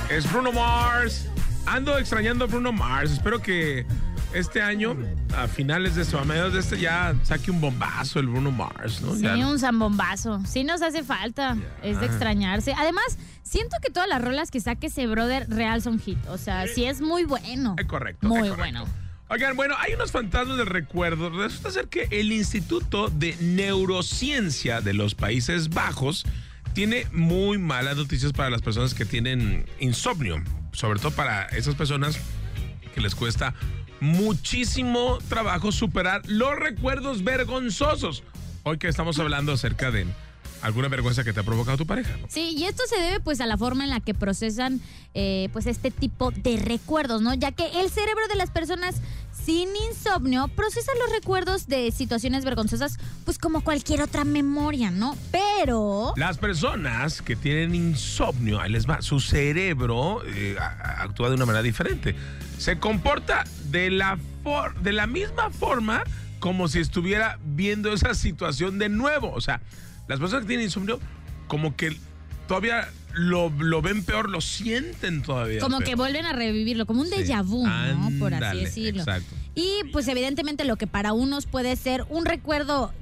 Speaker 3: Es Bruno Mars. Ando extrañando a Bruno Mars. Espero que este año, a finales de este, o a mediados de este, ya saque un bombazo el Bruno Mars, ¿no?
Speaker 4: Sí,
Speaker 3: Ya-
Speaker 4: un zambombazo. Sí nos hace falta. Es de extrañarse. Además, siento que todas las rolas que saque ese brother real son hit. O sea, sí es muy bueno.
Speaker 3: Es correcto.
Speaker 4: Muy
Speaker 3: es correcto.
Speaker 4: bueno.
Speaker 3: Oigan, bueno, hay unos fantasmas del recuerdo. Resulta ser que el Instituto de Neurociencia de los Países Bajos tiene muy malas noticias para las personas que tienen insomnio, sobre todo para esas personas que les cuesta muchísimo trabajo superar los recuerdos vergonzosos. Hoy que estamos hablando acerca de alguna vergüenza que te ha provocado tu pareja. ¿no?
Speaker 4: Sí, y esto se debe pues a la forma en la que procesan eh, pues este tipo de recuerdos, ¿no? Ya que el cerebro de las personas sin insomnio procesa los recuerdos de situaciones vergonzosas pues como cualquier otra memoria, ¿no? Pero...
Speaker 3: Las personas que tienen insomnio, ahí les va, su cerebro eh, a- actúa de una manera diferente. Se comporta de la, for- de la misma forma como si estuviera viendo esa situación de nuevo. O sea, las personas que tienen insomnio, como que todavía lo, lo ven peor, lo sienten todavía.
Speaker 4: Como
Speaker 3: peor.
Speaker 4: que vuelven a revivirlo, como un
Speaker 3: Sí.
Speaker 4: déjà vu, ¿no? Por así
Speaker 3: Ándale,
Speaker 4: decirlo.
Speaker 3: exacto.
Speaker 4: Y pues evidentemente lo que para unos puede ser un recuerdo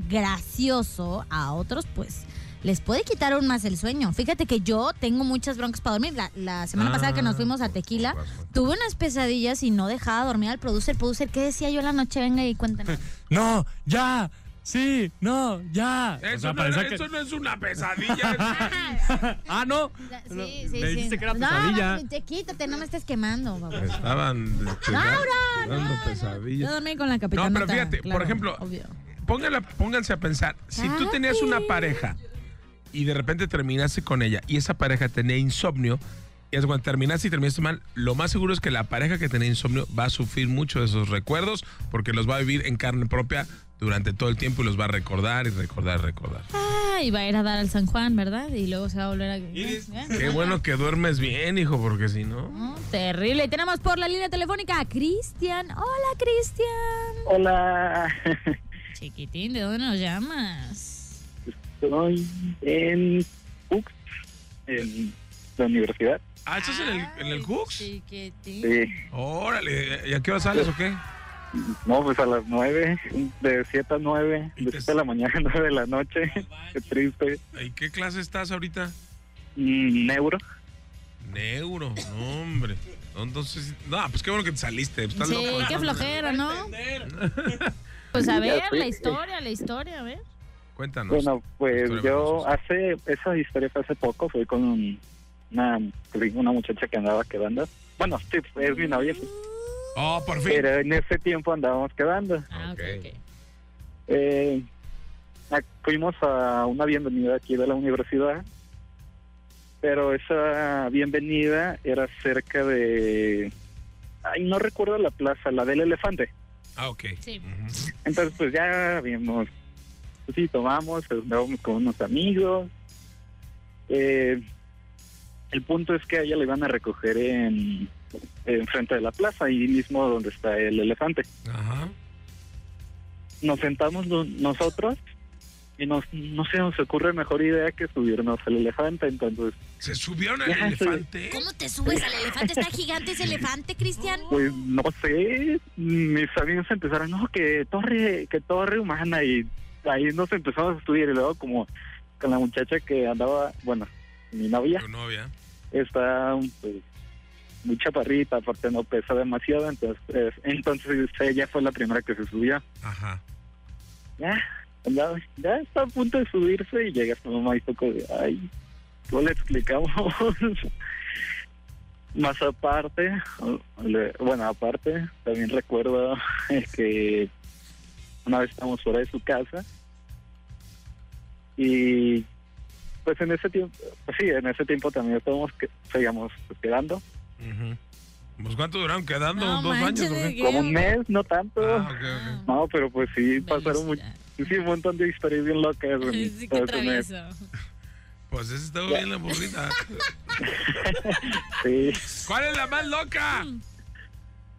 Speaker 4: gracioso, a otros pues les puede quitar aún más el sueño. Fíjate que yo tengo muchas broncas para dormir. La, la semana
Speaker 3: Ah,
Speaker 4: pasada que nos fuimos a
Speaker 3: por
Speaker 4: Tequila,
Speaker 3: razón.
Speaker 4: tuve unas pesadillas y no dejaba dormir al producer. Producer, ¿qué decía yo en la noche? Venga y cuéntanos.
Speaker 1: No, ya, sí, no, ya.
Speaker 3: Eso,
Speaker 1: O sea,
Speaker 3: no,
Speaker 1: parecía
Speaker 3: era-
Speaker 1: que-
Speaker 3: eso no es una pesadilla.
Speaker 1: Ah, no.
Speaker 4: Sí, sí,
Speaker 1: Le
Speaker 4: sí.
Speaker 1: dijiste que era
Speaker 4: No,
Speaker 1: pesadilla.
Speaker 4: te quítate, no me estés quemando,
Speaker 3: es-
Speaker 4: baboso.
Speaker 3: Estaban este,
Speaker 4: Mauro, no,
Speaker 3: dando
Speaker 4: no.
Speaker 3: pesadillas.
Speaker 4: Yo dormí con la capitanita.
Speaker 3: No, pero fíjate, por ejemplo,
Speaker 4: obvio.
Speaker 3: Póngala- pónganse a pensar, si
Speaker 4: Ah,
Speaker 3: tú tenías una pareja y de repente terminaste con ella y esa pareja tenía insomnio, y es cuando terminaste y terminaste mal, lo más seguro es que la pareja que tenía insomnio va a sufrir mucho de esos recuerdos porque los va a vivir en carne propia durante todo el tiempo y los va a recordar y recordar y recordar.
Speaker 4: Ah, y va a ir a dar al San Juan, ¿verdad? Y luego se va a volver a... ¿Eh?
Speaker 3: Qué bueno que duermes bien, hijo, porque si no...
Speaker 4: No, Terrible. Y tenemos por la línea telefónica a Cristian. Hola, Cristian.
Speaker 9: Hola,
Speaker 4: Chiquitín, ¿de dónde nos llamas?
Speaker 9: estoy en Cux, en la universidad.
Speaker 3: Ah, ¿estás en el, en el
Speaker 4: Ay,
Speaker 3: Cooks?
Speaker 4: Chiquitín.
Speaker 9: Sí.
Speaker 3: Órale, ¿y a qué hora sales o qué?
Speaker 9: No, pues a las nueve, de siete a nueve,
Speaker 3: Y
Speaker 9: de
Speaker 3: te-
Speaker 9: siete de la mañana a nueve de la noche. Qué triste.
Speaker 3: ¿Y qué clase estás ahorita?
Speaker 9: Mm, Neuro.
Speaker 3: Neuro, no, hombre. No, Entonces, no, pues qué bueno que te saliste. Estás
Speaker 4: Sí,
Speaker 3: loco.
Speaker 4: qué flojera, ¿no? Pues a ver,
Speaker 9: sé.
Speaker 4: la historia, la historia, a ver.
Speaker 3: Cuéntanos.
Speaker 9: Bueno, pues
Speaker 3: Historia
Speaker 9: yo
Speaker 3: vergonzosa.
Speaker 9: hace, esa historia fue hace poco, fui con un- una, pues, una muchacha que andaba quedando. Bueno, sí, es mi novia, pues,
Speaker 3: Oh, por fin.
Speaker 9: pero en ese tiempo andábamos quedando.
Speaker 4: Ah, ok,
Speaker 3: Ok.
Speaker 4: ok.
Speaker 9: Eh, a- fuimos a una bienvenida aquí de la universidad, pero esa bienvenida era cerca de... Ay, no recuerdo la plaza, la del elefante.
Speaker 3: Ah, ok.
Speaker 4: Sí.
Speaker 3: Ujú.
Speaker 9: Entonces, pues ya vimos, pues sí, tomamos, andábamos con unos amigos. Eh, el punto es que a ella le iban a recoger en, en frente de la plaza, ahí mismo donde está el elefante.
Speaker 3: Ajá.
Speaker 9: nos sentamos no- nosotros y nos, no se nos ocurre mejor idea que subirnos al elefante. Entonces,
Speaker 3: ¿Se subieron al
Speaker 9: Ya, sí.
Speaker 3: elefante?
Speaker 4: ¿Cómo te subes al elefante? ¿Está gigante ese elefante, Cristian?
Speaker 9: pues no sé, mis amigos empezaron, no, que torre, que torre humana y ahí nos empezamos a subir y luego como con la muchacha que andaba, bueno, mi novia,
Speaker 3: Tu novia.
Speaker 9: está pues,
Speaker 10: muy chaparrita, aparte no pesa demasiado,
Speaker 9: eh,
Speaker 10: entonces entonces ella fue la primera que se subió.
Speaker 3: Ajá.
Speaker 10: Ya, andaba, ya está a punto de subirse y llega su mamá y poco de, ay, no le explicamos. Más aparte, le- bueno, aparte, también recuerdo eh, que una vez estábamos fuera de su casa y pues en ese tiempo, pues sí, en ese tiempo también estábamos, que, seguíamos pues, quedando.
Speaker 3: Ujú. Pues cuánto duraron quedando,
Speaker 4: No
Speaker 3: dos
Speaker 4: manches,
Speaker 3: años. o qué?
Speaker 4: ¿de qué?
Speaker 10: Como un mes, no tanto.
Speaker 3: Ah, ok, ok.
Speaker 10: No, pero pues sí, pasaron mucho,
Speaker 4: Velocidad.
Speaker 10: sí, un montón de historias bien locas. en
Speaker 4: Sí, qué
Speaker 10: todo ese mes.
Speaker 4: travieso.
Speaker 3: Pues esa estaba bien la burrita.
Speaker 10: Sí.
Speaker 3: ¿Cuál es la más loca?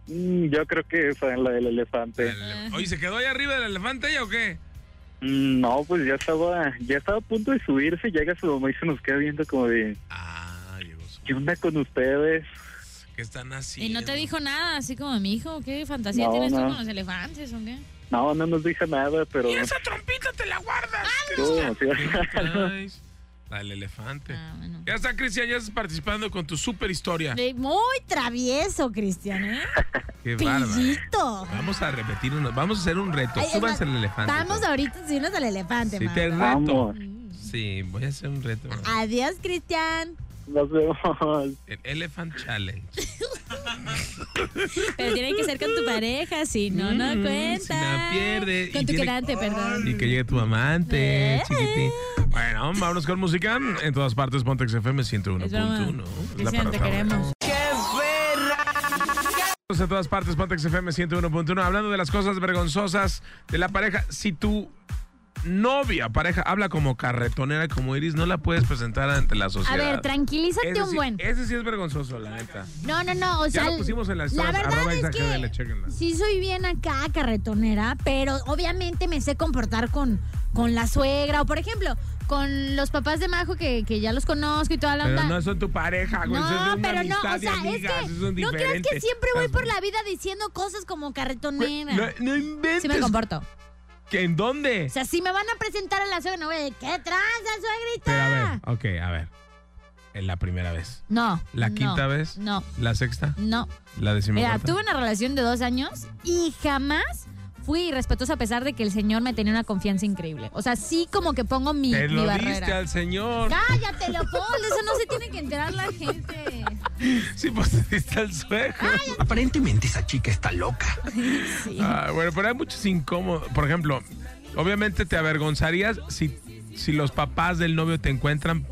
Speaker 10: Mm, Yo creo que esa es la del elefante.
Speaker 3: El- Oye, ¿se quedó ahí arriba del elefante ella o qué?
Speaker 10: Mm, No, pues ya estaba, ya estaba a punto de subirse, llega su mamá y se nos queda viendo como de,
Speaker 3: Ah, llegó su-
Speaker 10: ¿qué onda con ustedes?
Speaker 3: ¿Qué están haciendo?
Speaker 4: Y no te dijo nada, así como mi hijo, ¿qué fantasía
Speaker 10: No,
Speaker 4: tienes tú
Speaker 10: no.
Speaker 4: con los elefantes o qué?
Speaker 10: No, no nos dijo nada, pero
Speaker 3: ¿Y esa trompita te la guardas?
Speaker 10: estuvo emocionante.
Speaker 3: Cristian? La del elefante.
Speaker 4: Ah, bueno.
Speaker 3: Ya está, Cristian, ya estás participando con tu super historia.
Speaker 4: Eh, Muy travieso, Cristian, ¿eh?
Speaker 3: Qué bárbaro.
Speaker 4: Pillito.
Speaker 3: Vamos a repetir, una- vamos a hacer un reto.
Speaker 4: Ay, es más,
Speaker 3: Súbanse al elefante. pues.
Speaker 4: Vamos ahorita a subirnos al elefante,
Speaker 3: Sí,
Speaker 4: ma.
Speaker 3: te reto.
Speaker 10: Vamos,
Speaker 3: Sí, voy a hacer un reto.
Speaker 4: Adiós, Cristian.
Speaker 10: nos vemos.
Speaker 3: El Elephant Challenge.
Speaker 4: Pero tiene que ser con tu pareja, si no, no
Speaker 3: Mm,
Speaker 4: cuenta.
Speaker 3: si la pierde.
Speaker 4: Con
Speaker 3: Y
Speaker 4: tu
Speaker 3: tiene-
Speaker 4: quedante, perdón.
Speaker 3: Y que llegue tu amante,
Speaker 4: Eh.
Speaker 3: chiquitín. Bueno, vámonos con música. En todas partes, Pontex FM 101.1.
Speaker 4: Es broma.
Speaker 3: Es la
Speaker 4: Cristian, te
Speaker 3: parrafada.
Speaker 4: queremos.
Speaker 3: En todas partes, Pontex FM 101.1. Hablando de las cosas vergonzosas de la pareja, si tu novia, pareja, habla como carretonera, como Iris, no la puedes presentar ante la
Speaker 4: A
Speaker 3: sociedad.
Speaker 4: ver, tranquilízate
Speaker 3: Ese
Speaker 4: un
Speaker 3: sí-
Speaker 4: buen.
Speaker 3: Ese sí es vergonzoso, la neta.
Speaker 4: No, no, no, o sea,
Speaker 3: lo pusimos en las
Speaker 4: la
Speaker 3: stories,
Speaker 4: verdad
Speaker 3: arroba
Speaker 4: es
Speaker 3: Isaac GDL,
Speaker 4: que
Speaker 3: chéquenla.
Speaker 4: sí soy bien acá carretonera, pero obviamente me sé comportar con, con la suegra o por ejemplo, con los papás de Majo que, que ya los conozco y toda la
Speaker 3: Pero
Speaker 4: onda.
Speaker 3: no son tu pareja, güey.
Speaker 4: No,
Speaker 3: eso es una
Speaker 4: pero no,
Speaker 3: amistad
Speaker 4: o
Speaker 3: de
Speaker 4: sea, es
Speaker 3: amigas,
Speaker 4: que
Speaker 3: eso es
Speaker 4: no creas que
Speaker 3: diferente.
Speaker 4: siempre voy por la vida diciendo cosas como carretonera.
Speaker 3: No, no
Speaker 4: sí
Speaker 3: inventes.
Speaker 4: me comporto.
Speaker 3: ¿Que ¿En dónde?
Speaker 4: O sea, si me van a presentar a la suegra, no voy a decir, ¿qué tranza, suegrita?
Speaker 3: Pero a ver, ok, a ver. En la primera vez.
Speaker 4: No.
Speaker 3: ¿La
Speaker 4: no,
Speaker 3: quinta vez?
Speaker 4: No,
Speaker 3: ¿La sexta?
Speaker 4: no.
Speaker 3: ¿La
Speaker 4: Mira,
Speaker 3: decimocuarta?
Speaker 4: tuve una relación de dos años y jamás fui irrespetuosa a pesar de que el señor me tenía una confianza increíble. O sea, sí como que pongo mi,
Speaker 3: Te
Speaker 4: mi
Speaker 3: lo diste
Speaker 4: barrera.
Speaker 3: al señor.
Speaker 4: Cállate, Leopoldo, eso no se tiene que enterar la gente.
Speaker 3: Sí, pues te diste al suegro.
Speaker 1: Aparentemente esa chica está loca.
Speaker 4: Sí.
Speaker 3: Ah, bueno, pero hay muchos incómodos. Por ejemplo, obviamente te avergonzarías si, si los papás del novio te encuentran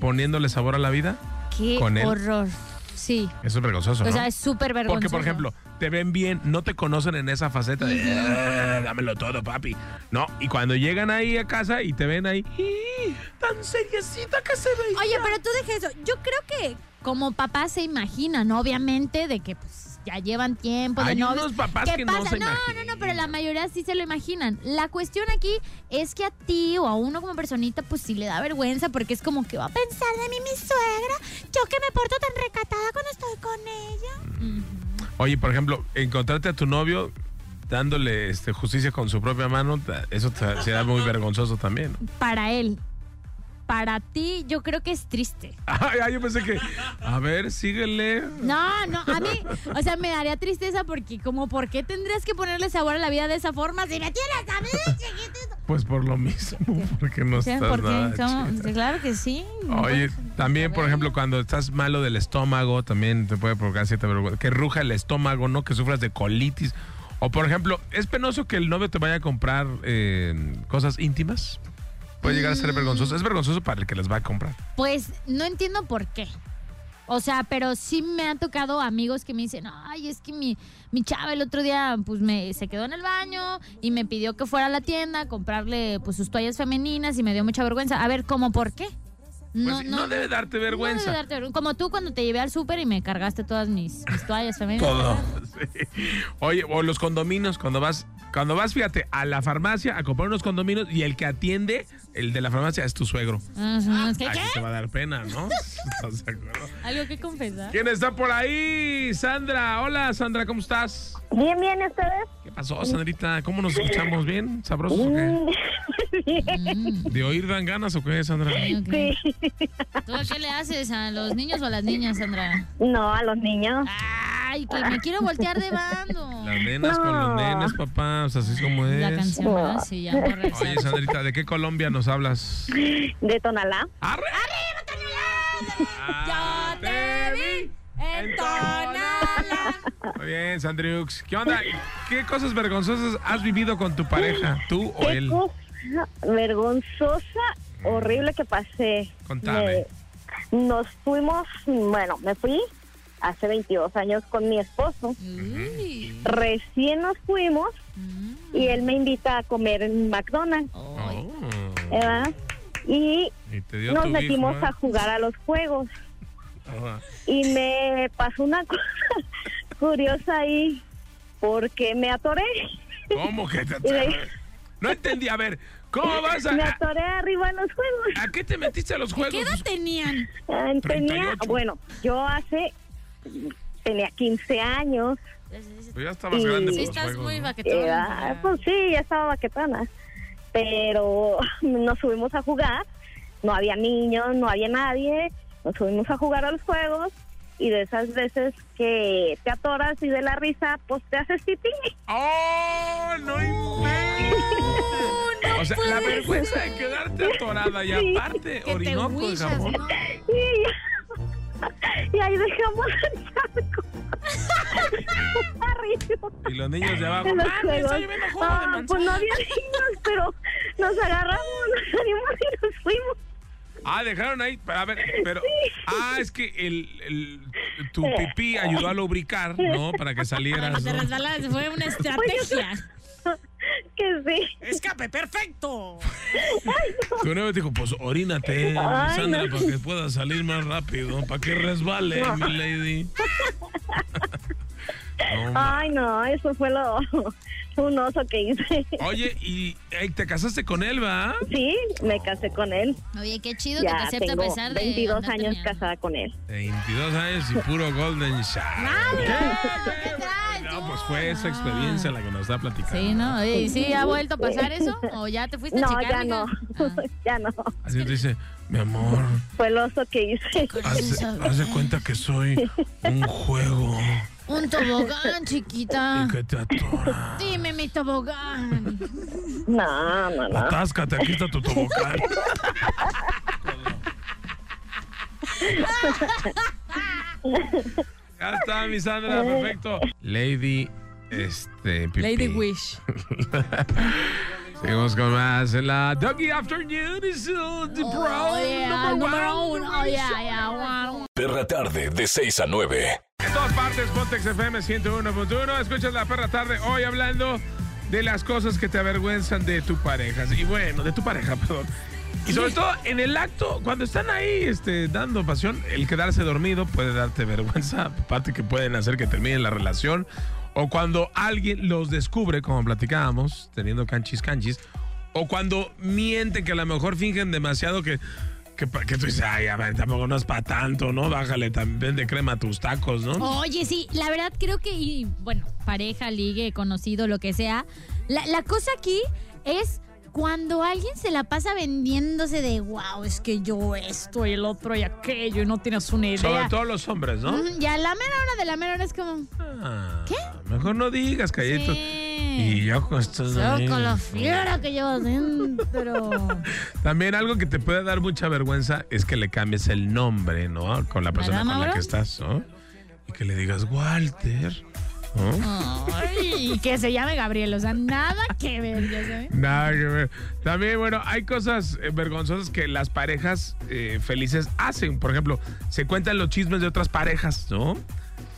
Speaker 3: poniéndole sabor a la vida.
Speaker 4: Qué
Speaker 3: Con él.
Speaker 4: horror. Sí.
Speaker 3: Eso es vergonzoso,
Speaker 4: O
Speaker 3: ¿no?
Speaker 4: sea, es súper vergonzoso.
Speaker 3: Porque, por ejemplo, te ven bien, no te conocen en esa faceta de "Ah, dámelo todo, papi. No, y cuando llegan ahí a casa y te ven ahí, "Ih, tan seriecita que se ve.
Speaker 4: Oye, pero tú dejes eso. Yo creo que como papás se imaginan, obviamente, de que pues ya llevan tiempo de
Speaker 3: Hay
Speaker 4: novios.
Speaker 3: unos papás
Speaker 4: ¿Qué
Speaker 3: que no
Speaker 4: pasa?
Speaker 3: se
Speaker 4: no, no, pero la mayoría sí se lo imaginan. La cuestión aquí es que a ti o a uno como personita, pues sí le da vergüenza porque es como que va a pensar de mí mi suegra. Yo que me porto tan recatada cuando estoy con ella.
Speaker 3: Oye, por ejemplo, encontrarte a tu novio dándole este, justicia con su propia mano, ta- eso ta- será muy vergonzoso también. ¿no?
Speaker 4: Para él. Para ti, yo creo que es triste.
Speaker 3: Ay, ay, yo pensé que, a ver, síguele.
Speaker 4: No, no, a mí, o sea, me daría tristeza porque, como, ¿por qué tendrías que ponerle sabor a la vida de esa forma si me tienes a mí, chiquitito?
Speaker 3: Pues por lo mismo, porque no estás
Speaker 4: ¿Saben por
Speaker 3: nada
Speaker 4: qué? Somos-
Speaker 3: chida.
Speaker 4: Claro que sí.
Speaker 3: Oye,
Speaker 4: Bueno,
Speaker 3: también, por
Speaker 4: a ver.
Speaker 3: ejemplo, cuando estás malo del estómago, también te puede provocar cierta vergüenza. Que ruja el estómago, ¿no? Que sufras de colitis. O, por ejemplo, ¿es penoso que el novio te vaya a comprar eh, cosas íntimas? Puede llegar a ser vergonzoso. Es vergonzoso para el que las va a comprar.
Speaker 4: Pues no entiendo por qué. O sea, pero sí me han tocado amigos que me dicen, ay, es que mi, mi chava el otro día pues me, se quedó en el baño y me pidió que fuera a la tienda a comprarle pues sus toallas femeninas y me dio mucha vergüenza. A ver, ¿cómo por qué?
Speaker 3: Pues sí, no, debe darte
Speaker 4: no debe
Speaker 3: vergüenza.
Speaker 4: darte vergüenza. Como tú cuando te llevé al súper y me cargaste todas mis, mis toallas femeninas.
Speaker 3: Todo. Sí. Oye, o los condominios, cuando vas, cuando vas, fíjate, a la farmacia a comprar unos condominios y el que atiende, el de la farmacia, es tu suegro.
Speaker 4: Ujú, es que,
Speaker 3: Aquí
Speaker 4: ¿qué?
Speaker 3: te va a dar pena, ¿no? ¿Estás de acuerdo?
Speaker 4: Algo que confesar.
Speaker 3: ¿Quién está por ahí? Sandra. Hola, Sandra, ¿cómo estás?
Speaker 8: Bien, bien, ustedes.
Speaker 3: ¿Qué pasó, Sandrita? ¿Cómo nos escuchamos? ¿Bien? ¿Sabrosos o qué?
Speaker 8: Mm.
Speaker 3: ¿De oír dan ganas o qué, Sandra?
Speaker 4: Sí. ¿Tú a qué le haces? ¿A los niños o a las niñas, Sandra?
Speaker 11: No, a los niños.
Speaker 4: Ay, que me quiero voltear de bando.
Speaker 3: Las nenas con los nenes, papá. O sea, así es como es.
Speaker 4: La canción, ¿verdad? Sí, ya, correcto.
Speaker 3: Oye, Sandrita, ¿de qué Colombia nos hablas?
Speaker 11: De Tonalá.
Speaker 3: ¡Arre! Ah,
Speaker 4: Yo te vi en Tonalá.
Speaker 3: Muy bien, Sandriux. ¿Qué onda? ¿Qué cosas vergonzosas has vivido con tu pareja? ¿Tú o
Speaker 11: Qué
Speaker 3: él?
Speaker 11: cosa vergonzosa,
Speaker 3: Mm.
Speaker 11: horrible que pasé.
Speaker 3: Contame.
Speaker 11: Me- nos fuimos, bueno, me fui hace 22 años con mi esposo.
Speaker 4: Uy.
Speaker 11: Recién nos fuimos y él me invita a comer en McDonald's,
Speaker 4: Ay.
Speaker 11: ¿verdad? Y
Speaker 3: Y te dio
Speaker 11: nos
Speaker 3: tu
Speaker 11: metimos
Speaker 3: hijo,
Speaker 11: a jugar a los juegos
Speaker 3: ¿eh?
Speaker 11: y me pasó una cosa curiosa ahí porque me atoré.
Speaker 3: ¿Cómo que te
Speaker 11: Y
Speaker 3: atrae?
Speaker 11: le-
Speaker 3: No entendí. A ver, ¿cómo vas a...?
Speaker 11: Me
Speaker 3: a-
Speaker 11: atoré arriba en los juegos.
Speaker 3: ¿A qué te metiste a los
Speaker 4: ¿Qué
Speaker 3: juegos?
Speaker 4: edad tenían?
Speaker 11: Ah, Tenía,
Speaker 3: 38.
Speaker 11: bueno, yo hace, tenía 15 años.
Speaker 3: Pues ya estabas grande
Speaker 11: Sí,
Speaker 4: Sí,
Speaker 3: para los
Speaker 4: estás
Speaker 3: juegos,
Speaker 4: muy
Speaker 3: ¿no?
Speaker 4: baquetón.
Speaker 11: Eh, ah,
Speaker 4: Sandra.
Speaker 11: pues sí, ya estaba baquetana. Pero nos subimos a jugar, no había niños, no había nadie, nos subimos a jugar a los juegos y de esas veces que te atoras y de la risa, pues te haces pipí.
Speaker 3: ¡Oh, no inventes! O sea, la vergüenza de quedarte atorada y aparte
Speaker 4: Que te
Speaker 3: orinoco de
Speaker 4: huillas,
Speaker 3: jamón.
Speaker 4: ¿no?
Speaker 11: Y, y ahí dejamos el charco. Arriba.
Speaker 3: Y los niños de abajo,
Speaker 11: en los
Speaker 3: ¡mami,
Speaker 11: juegos.
Speaker 3: estoy viendo juego de
Speaker 11: Ah, pues no
Speaker 3: manzana!
Speaker 11: había niños, pero nos agarramos, nos animamos y nos fuimos.
Speaker 3: Ah, dejaron ahí, a ver, pero... Ah, es que el, el- tu pipí ayudó a lubricar, ¿no? Para que
Speaker 4: Para que
Speaker 3: salieras,
Speaker 4: Ah, te
Speaker 3: ¿no?
Speaker 4: resbalas, fue una estrategia.
Speaker 11: Pues Que sí.
Speaker 4: ¡Escape perfecto!
Speaker 3: Tu novio te dijo, pues orínate,
Speaker 11: Ay,
Speaker 3: Sandra,
Speaker 11: no.
Speaker 3: para que puedas salir más rápido, para que resbale, mi lady. No, ma-
Speaker 11: Ay, no, eso fue lo un oso que hice.
Speaker 3: Oye, y eh, te casaste con él, ¿va?
Speaker 11: Sí, me casé con él.
Speaker 4: Oye, qué chido que te
Speaker 11: Ya
Speaker 4: acepta a
Speaker 11: tengo
Speaker 4: pesar de.
Speaker 11: 22
Speaker 4: andar
Speaker 11: años
Speaker 4: terminando.
Speaker 11: casada con él.
Speaker 3: 22 años y puro Golden Shower.
Speaker 4: ¿Qué traes,
Speaker 3: No,
Speaker 4: tú?
Speaker 3: pues fue esa experiencia la que nos está platicando.
Speaker 4: Sí, ¿no? Oye, ¿y sí ha vuelto a pasar eso? ¿O ya te fuiste a
Speaker 11: No,
Speaker 4: checar?
Speaker 11: ya
Speaker 4: mija?
Speaker 11: no, ya no.
Speaker 3: Así te dice, mi amor,
Speaker 11: Fue el oso que hice.
Speaker 4: Ah,
Speaker 3: haz, haz de cuenta que soy un juego
Speaker 4: Un tobogán, chiquita.
Speaker 3: y que te atora.
Speaker 4: Dime mi tobogán.
Speaker 11: No, no, no.
Speaker 3: Atáscate, aquí está tu tobogán. Ya está, mi
Speaker 11: Oh.
Speaker 3: Sandra,
Speaker 11: Eh.
Speaker 3: perfecto. Lady, este, pipí.
Speaker 5: Lady Wish.
Speaker 3: Seguimos con más en la Doggy Afternoon is uh, the
Speaker 4: Oh,
Speaker 3: brown
Speaker 4: yeah,
Speaker 3: number
Speaker 4: número
Speaker 3: one.
Speaker 4: uno. Oh, yeah, yeah, wow.
Speaker 1: Perra tarde de 6 a 9.
Speaker 3: En todas partes, Pontex FM 101.1. Escuchas la perra tarde hoy hablando de las cosas que te avergüenzan de tu pareja. Y bueno, de tu pareja, perdón. Y sobre todo en el acto, cuando están ahí este, dando pasión, el quedarse dormido puede darte vergüenza, aparte que pueden hacer que terminen la relación. O cuando alguien los descubre, como platicábamos, teniendo canchis canchis. O cuando mienten, que a lo mejor fingen demasiado que, que, pa- que tú dices, ay, a ver, tampoco no es para tanto, ¿no? Bájale también de crema a tus tacos, ¿no?
Speaker 4: Oye, sí, la verdad creo que, y, bueno, pareja, ligue, conocido, lo que sea. La, la cosa aquí es cuando alguien se la pasa vendiéndose de, wow, es que yo esto y el otro y aquello y no tienes una
Speaker 3: Sobre
Speaker 4: idea.
Speaker 3: todo los hombres, ¿no?
Speaker 4: Ujú, Y a la mera hora de la mera hora es como...
Speaker 3: ¿Qué? Mejor no digas, calletos. Y
Speaker 4: Sí.
Speaker 3: yo con estos
Speaker 4: "Eh, Yo con la
Speaker 3: amigos.
Speaker 4: fiera que llevas dentro.
Speaker 3: También algo que te puede dar mucha vergüenza es que le cambies el nombre, ¿no? Con la persona
Speaker 4: ¿Verdad,
Speaker 3: con la
Speaker 4: Mauro?
Speaker 3: que estás, ¿no? Y que le digas Walter, ¿no?
Speaker 4: Ay, y que se llame Gabriel, o sea, nada que ver, ya sabes.
Speaker 3: Nada que ver. También, bueno, hay cosas eh, vergonzosas que las parejas eh, felices hacen. Por ejemplo, se cuentan los chismes de otras parejas, ¿no?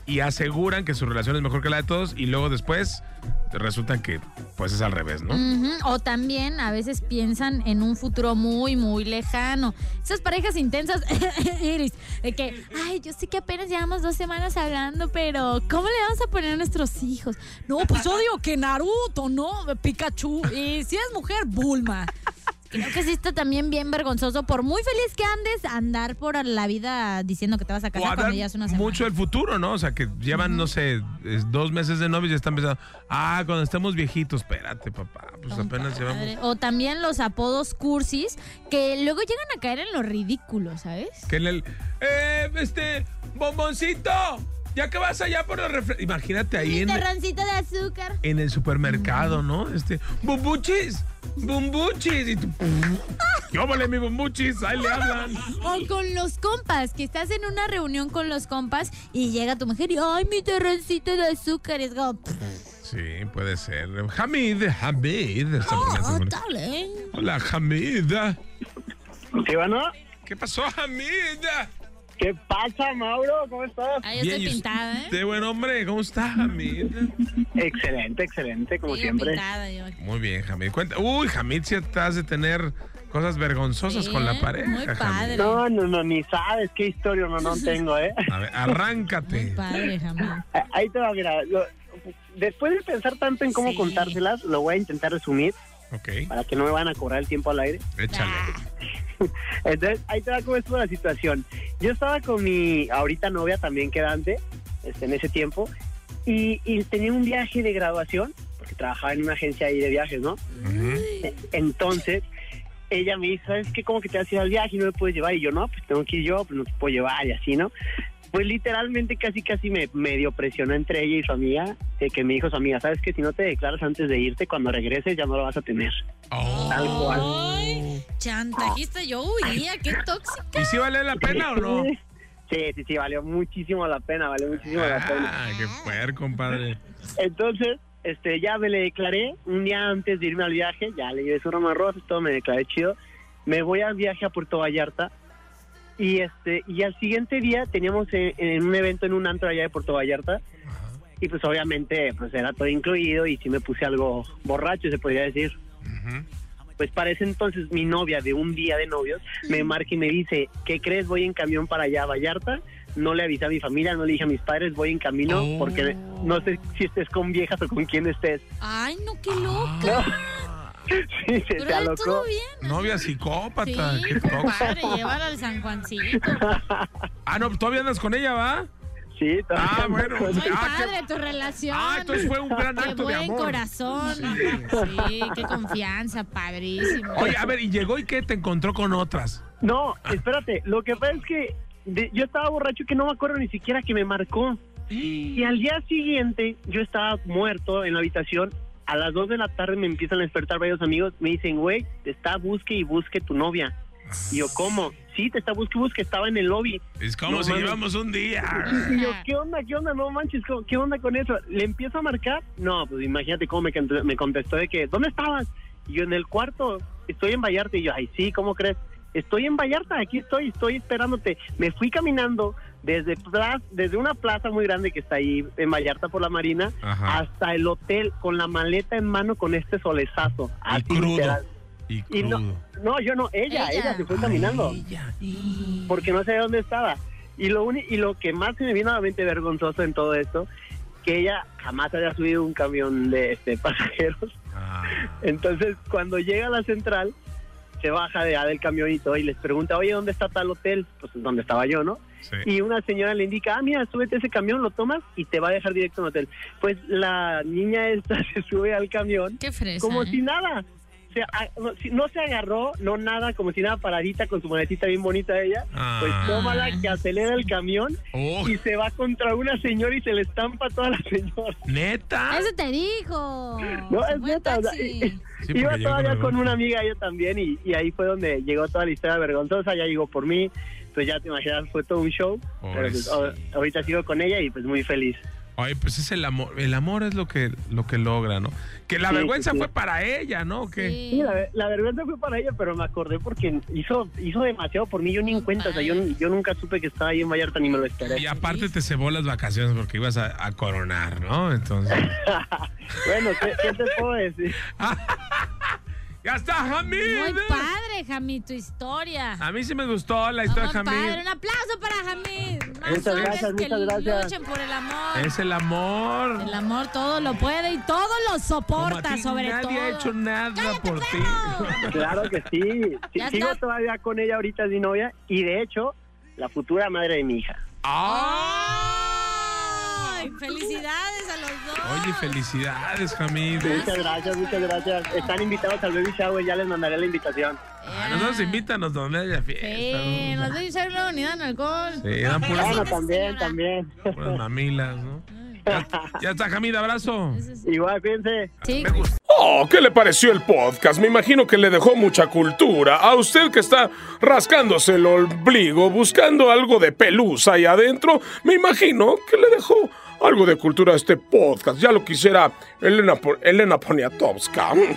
Speaker 3: Y aseguran que su relación es mejor que la de todos y luego después resultan que pues es al revés, ¿no?
Speaker 4: Ujú, O también a veces piensan en un futuro muy, muy lejano. Esas parejas intensas, Iris, de que, ay, yo sé que apenas llevamos dos semanas hablando, pero ¿cómo le vamos a poner a nuestros hijos? No, pues yo digo que Naruto, ¿no? Pikachu. Y si es mujer, Bulma. Creo que sí está también bien vergonzoso, por muy feliz que andes, andar por la vida diciendo que te vas a
Speaker 3: O
Speaker 4: casar
Speaker 3: hablan
Speaker 4: cuando ya es una semana.
Speaker 3: mucho el futuro, ¿no? O sea, que llevan, no sé, es- dos meses de novios y están pensando, ah, cuando estemos viejitos, espérate, papá, pues apenas llevamos.
Speaker 4: Madre. O también los apodos cursis que luego llegan a caer en lo ridículo, ¿sabes?
Speaker 3: Que en el, eh, este, bomboncito, ya que vas allá por el refresco. Imagínate ahí
Speaker 4: Mi
Speaker 3: en,
Speaker 4: terroncito Este de azúcar.
Speaker 3: en el supermercado, ¿no? Este, bumbuchis, bumbuchis. Y tú, yo vale mi bumbuchis, ahí le hablan.
Speaker 4: O con los compas, que estás en una reunión con los compas y llega tu mujer y, ay, mi terroncito de azúcar. Y es como, "Pff,
Speaker 3: Sí, puede ser. Hamid, Hamid. está
Speaker 4: oh,
Speaker 3: poniendo-
Speaker 4: dale.
Speaker 3: Hola, Hamida.
Speaker 10: ¿Sí, bueno?
Speaker 3: ¿Qué pasó, Hamida?
Speaker 10: ¿Qué pasa, Mauro? ¿Cómo estás?
Speaker 4: Ahí estoy
Speaker 3: ¿y
Speaker 4: pintada, ¿eh?
Speaker 3: usted, buen hombre, ¿cómo está, Hamid?
Speaker 10: Excelente, excelente, como
Speaker 4: Sigo
Speaker 10: siempre.
Speaker 4: pintada yo.
Speaker 3: Muy bien, Hamid. Cuenta. Uy, Hamid, si estás de tener cosas vergonzosas
Speaker 4: Sí,
Speaker 3: con la
Speaker 4: ¿eh?
Speaker 3: pareja.
Speaker 4: Muy
Speaker 3: Hamid.
Speaker 4: padre.
Speaker 10: No, no, no, ni sabes qué historia no, no tengo, ¿eh?
Speaker 3: A ver, arráncate.
Speaker 4: Muy padre, jamás.
Speaker 10: Ah, Ahí te va, mira. lo- después de pensar tanto en cómo
Speaker 4: Sí.
Speaker 10: contárselas, lo voy a intentar resumir
Speaker 3: Ok,
Speaker 10: para que no me van a cobrar el tiempo al aire.
Speaker 3: échale.
Speaker 4: Ah.
Speaker 10: Entonces, ahí te va cómo estuvo la situación. Yo estaba con mi ahorita novia también quedante, este, en ese tiempo, y, y tenía un viaje de graduación, porque trabajaba en una agencia ahí de viajes, ¿no?
Speaker 3: Ujú.
Speaker 10: Entonces, ella me dice, ¿sabes qué? ¿Cómo que te vas a ir al viaje y no me puedes llevar? Y yo, no, pues tengo que ir yo, pues no te puedo llevar y así, ¿no? Pues literalmente casi casi me medio presionó entre ella y su amiga, de que me dijo su amiga, ¿sabes qué? Si no te declaras antes de irte, cuando regreses ya no lo vas a tener.
Speaker 3: Oh.
Speaker 10: Tal cual.
Speaker 4: Ay, chantajista, yo huiría, qué tóxica.
Speaker 3: ¿Y si vale la pena o no?
Speaker 10: Sí, sí, sí, valió muchísimo la pena, valió muchísimo la pena.
Speaker 3: Ah, qué puer, compadre.
Speaker 10: Entonces, este, ya me le declaré un día antes de irme al viaje, ya le llevé su ramo de rosas, todo me declaré chido. Me voy al viaje a Puerto Vallarta y este y al siguiente día teníamos eh, en, un evento en un antro allá de Puerto Vallarta y pues obviamente pues era todo incluido y sí me puse algo borracho, se podría decir.
Speaker 3: Ujú.
Speaker 10: Pues para ese entonces mi novia de un día de novios me marca y me dice, ¿qué crees? Voy en camión para allá a Vallarta. No le avisé a mi familia, no le dije a mis padres, voy en camino
Speaker 3: Oh.
Speaker 10: porque no sé si estés con viejas o con quién estés.
Speaker 4: Ay, no, qué loca.
Speaker 10: Sí, se,
Speaker 4: Pero
Speaker 10: se
Speaker 4: él todo
Speaker 10: alocó.
Speaker 4: bien.
Speaker 3: Novia psicópata,
Speaker 4: Sí,
Speaker 3: qué tóxico.
Speaker 4: compadre, llévala al San Juancito.
Speaker 3: Ah, no, todavía andas con ella, ¿va?
Speaker 10: Sí, todo
Speaker 3: Ah,
Speaker 10: bien.
Speaker 3: bueno.
Speaker 4: Muy
Speaker 3: Ah, qué-
Speaker 4: padre tu relación.
Speaker 3: Ah, entonces fue un gran
Speaker 4: Qué
Speaker 3: acto de
Speaker 4: buen
Speaker 3: amor.
Speaker 4: corazón. Sí, qué confianza, padrísimo.
Speaker 3: Ah, Oye, a ver, ¿y llegó y qué? ¿Te encontró con otras?
Speaker 10: No, espérate, lo que pasa es que de- yo estaba borracho que no me acuerdo ni siquiera que me marcó. Y al día siguiente yo estaba muerto en la habitación. A las 2 de la tarde me empiezan a despertar varios amigos. Me dicen, güey, te está busque y busque tu novia. Y yo, ¿cómo? Sí, te está busque y busque. Estaba en el lobby.
Speaker 3: Es como
Speaker 10: No
Speaker 3: si
Speaker 10: mames.
Speaker 3: llevamos un día.
Speaker 10: Y yo, ¿qué onda? ¿Qué onda? No manches, ¿cómo- ¿qué onda con eso? Le empiezo a marcar. No, pues imagínate cómo me, cont- me contestó de que, ¿dónde estabas? Y yo, en el cuarto, estoy en Vallarta. Y yo, ay, sí, ¿cómo crees? Estoy en Vallarta, aquí estoy, estoy esperándote. Me fui caminando desde, pla- desde una plaza muy grande que está ahí en Vallarta por la Marina
Speaker 3: Ajá.
Speaker 10: hasta el hotel con la maleta en mano con este solezazo.
Speaker 3: Y
Speaker 10: Así
Speaker 3: crudo.
Speaker 10: literal.
Speaker 3: Y
Speaker 10: Y no,
Speaker 3: crudo.
Speaker 10: no, yo no, ella,
Speaker 4: Ella.
Speaker 10: ella, se fue caminando
Speaker 3: Ella.
Speaker 10: porque no sé dónde estaba. Y lo, uni- y lo que más se me vino a la mente vergonzoso en todo esto, que ella jamás había subido un camión de este, pasajeros.
Speaker 3: Ah.
Speaker 10: Entonces, cuando llega a la central, se baja de, del camión y todo, y les pregunta, oye, ¿dónde está tal hotel? Pues donde estaba yo, ¿no?
Speaker 3: Sí.
Speaker 10: Y una señora le indica, ah, mira, súbete a ese camión, lo tomas y te va a dejar directo a un hotel. Pues la niña esta se sube al camión
Speaker 4: Qué fresa.
Speaker 10: como
Speaker 4: ¿eh?
Speaker 10: si nada. O sea, a- no, si- no se agarró, no nada, como si nada, paradita con su maletita bien bonita de ella.
Speaker 3: Ah.
Speaker 10: Pues tómala que acelera el camión
Speaker 3: Oh,
Speaker 10: y se va contra una señora y se le estampa a toda la señora.
Speaker 3: neta.
Speaker 4: Eso te dijo.
Speaker 10: No,
Speaker 4: Se
Speaker 10: es
Speaker 4: fue en
Speaker 10: neta, o sea,
Speaker 4: taxi.
Speaker 10: y-
Speaker 3: Sí,
Speaker 10: Iba
Speaker 3: porque llegó
Speaker 10: todavía
Speaker 3: con
Speaker 10: con
Speaker 3: el-
Speaker 10: una amiga yo también y, y ahí fue donde llegó toda la historia vergonzosa, ya llegó por mí, pues ya te imaginas, fue todo un show. Pero pues,
Speaker 3: Pobrecita.
Speaker 10: a- ahorita sigo con ella y pues muy feliz.
Speaker 3: Oye, pues es el amor. El amor es lo que, lo que logra, ¿no? Que la
Speaker 10: Sí,
Speaker 3: vergüenza
Speaker 10: sí, sí.
Speaker 3: fue para ella, ¿no? Que
Speaker 10: Sí, la, la vergüenza fue para ella, pero me acordé porque hizo hizo demasiado por mí, yo ni en cuenta, o sea, yo, yo nunca supe que estaba ahí en Vallarta ni me lo esperé.
Speaker 3: Y aparte te cebó las vacaciones porque ibas a, a coronar, ¿no? Entonces.
Speaker 10: Bueno, ¿qué, qué te puedo decir?
Speaker 3: ¡Ya está, Jamil!
Speaker 4: Muy padre, Jamí, tu historia.
Speaker 3: A mí sí me gustó la
Speaker 4: Muy
Speaker 3: historia de Jamil.
Speaker 4: padre. Un aplauso para Jamí. Más
Speaker 12: Muchas
Speaker 4: hombres
Speaker 12: gracias,
Speaker 4: que
Speaker 12: muchas gracias.
Speaker 4: luchen por el amor.
Speaker 13: Es el amor.
Speaker 4: El amor todo lo puede y todo lo
Speaker 13: Como a
Speaker 4: soporta,
Speaker 13: ti
Speaker 4: sobre
Speaker 13: nadie
Speaker 4: todo.
Speaker 13: ha hecho nada
Speaker 4: ¡Cállate,
Speaker 13: por ti.
Speaker 4: perro!
Speaker 10: Claro que sí. Sí,
Speaker 4: Ya
Speaker 10: Sigo
Speaker 4: está.
Speaker 10: todavía con ella ahorita, es mi novia, y de hecho, la futura madre de mi hija.
Speaker 4: ¡Ay! ¡Felicidades a los dos!
Speaker 13: Oye, felicidades, Jamil.
Speaker 10: Muchas gracias, muchas gracias. Están invitados al baby shower, ya les mandaré la invitación.
Speaker 13: Ah, Nosotros invítanos donde haya fiesta.
Speaker 4: Sí, nos debe echar una unidad en alcohol.
Speaker 13: Sí, dan puras,
Speaker 10: Bueno,
Speaker 4: sí,
Speaker 10: también,
Speaker 4: señora.
Speaker 10: también.
Speaker 13: puras mamilas, ¿no? Ya, ya está, Jamil, abrazo.
Speaker 10: Igual, fíjense.
Speaker 4: Sí.
Speaker 3: Oh, ¿qué le pareció el podcast? Me imagino que le dejó mucha cultura. A usted que está rascándose el ombligo, buscando algo de pelusa ahí adentro, me imagino que le dejó algo de cultura a este podcast. Ya lo quisiera Elena, Po- Elena Poniatowska.
Speaker 5: ¿Qué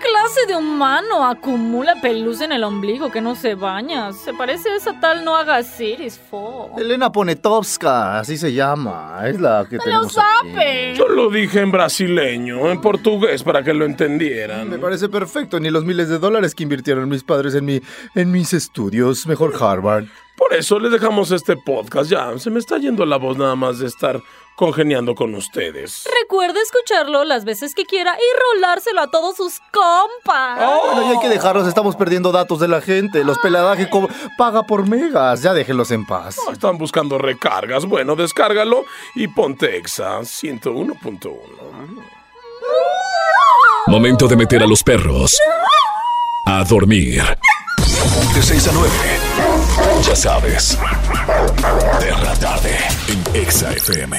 Speaker 5: clase de humano acumula pelusa en el ombligo que no se baña? Se parece a esa tal no hagas iris, fo.
Speaker 6: Elena Ponetovska, así se llama. Es la que
Speaker 5: ¡No lo
Speaker 6: tenemos.
Speaker 5: sabe!
Speaker 3: Yo lo dije en brasileño, en portugués, para que lo entendieran.
Speaker 6: Me parece perfecto, ni los miles de dólares que invirtieron mis padres en, mi, en mis estudios, mejor Harvard.
Speaker 3: Por eso les dejamos este podcast. Ya, se me está yendo la voz nada más de estar congeniando con ustedes.
Speaker 5: Recuerda escucharlo las veces que quiera y rolárselo a todos sus compas.
Speaker 6: Bueno, y hay que dejarlos, estamos perdiendo datos de la gente. Los peladaje co- paga por megas, ya déjenlos en paz.
Speaker 3: No, están buscando recargas. Bueno, descárgalo y ponte exa 101.1.
Speaker 14: Momento de meter a los perros a dormir.
Speaker 3: De 6 a 9. Ya sabes.
Speaker 14: De la tarde en Exa FM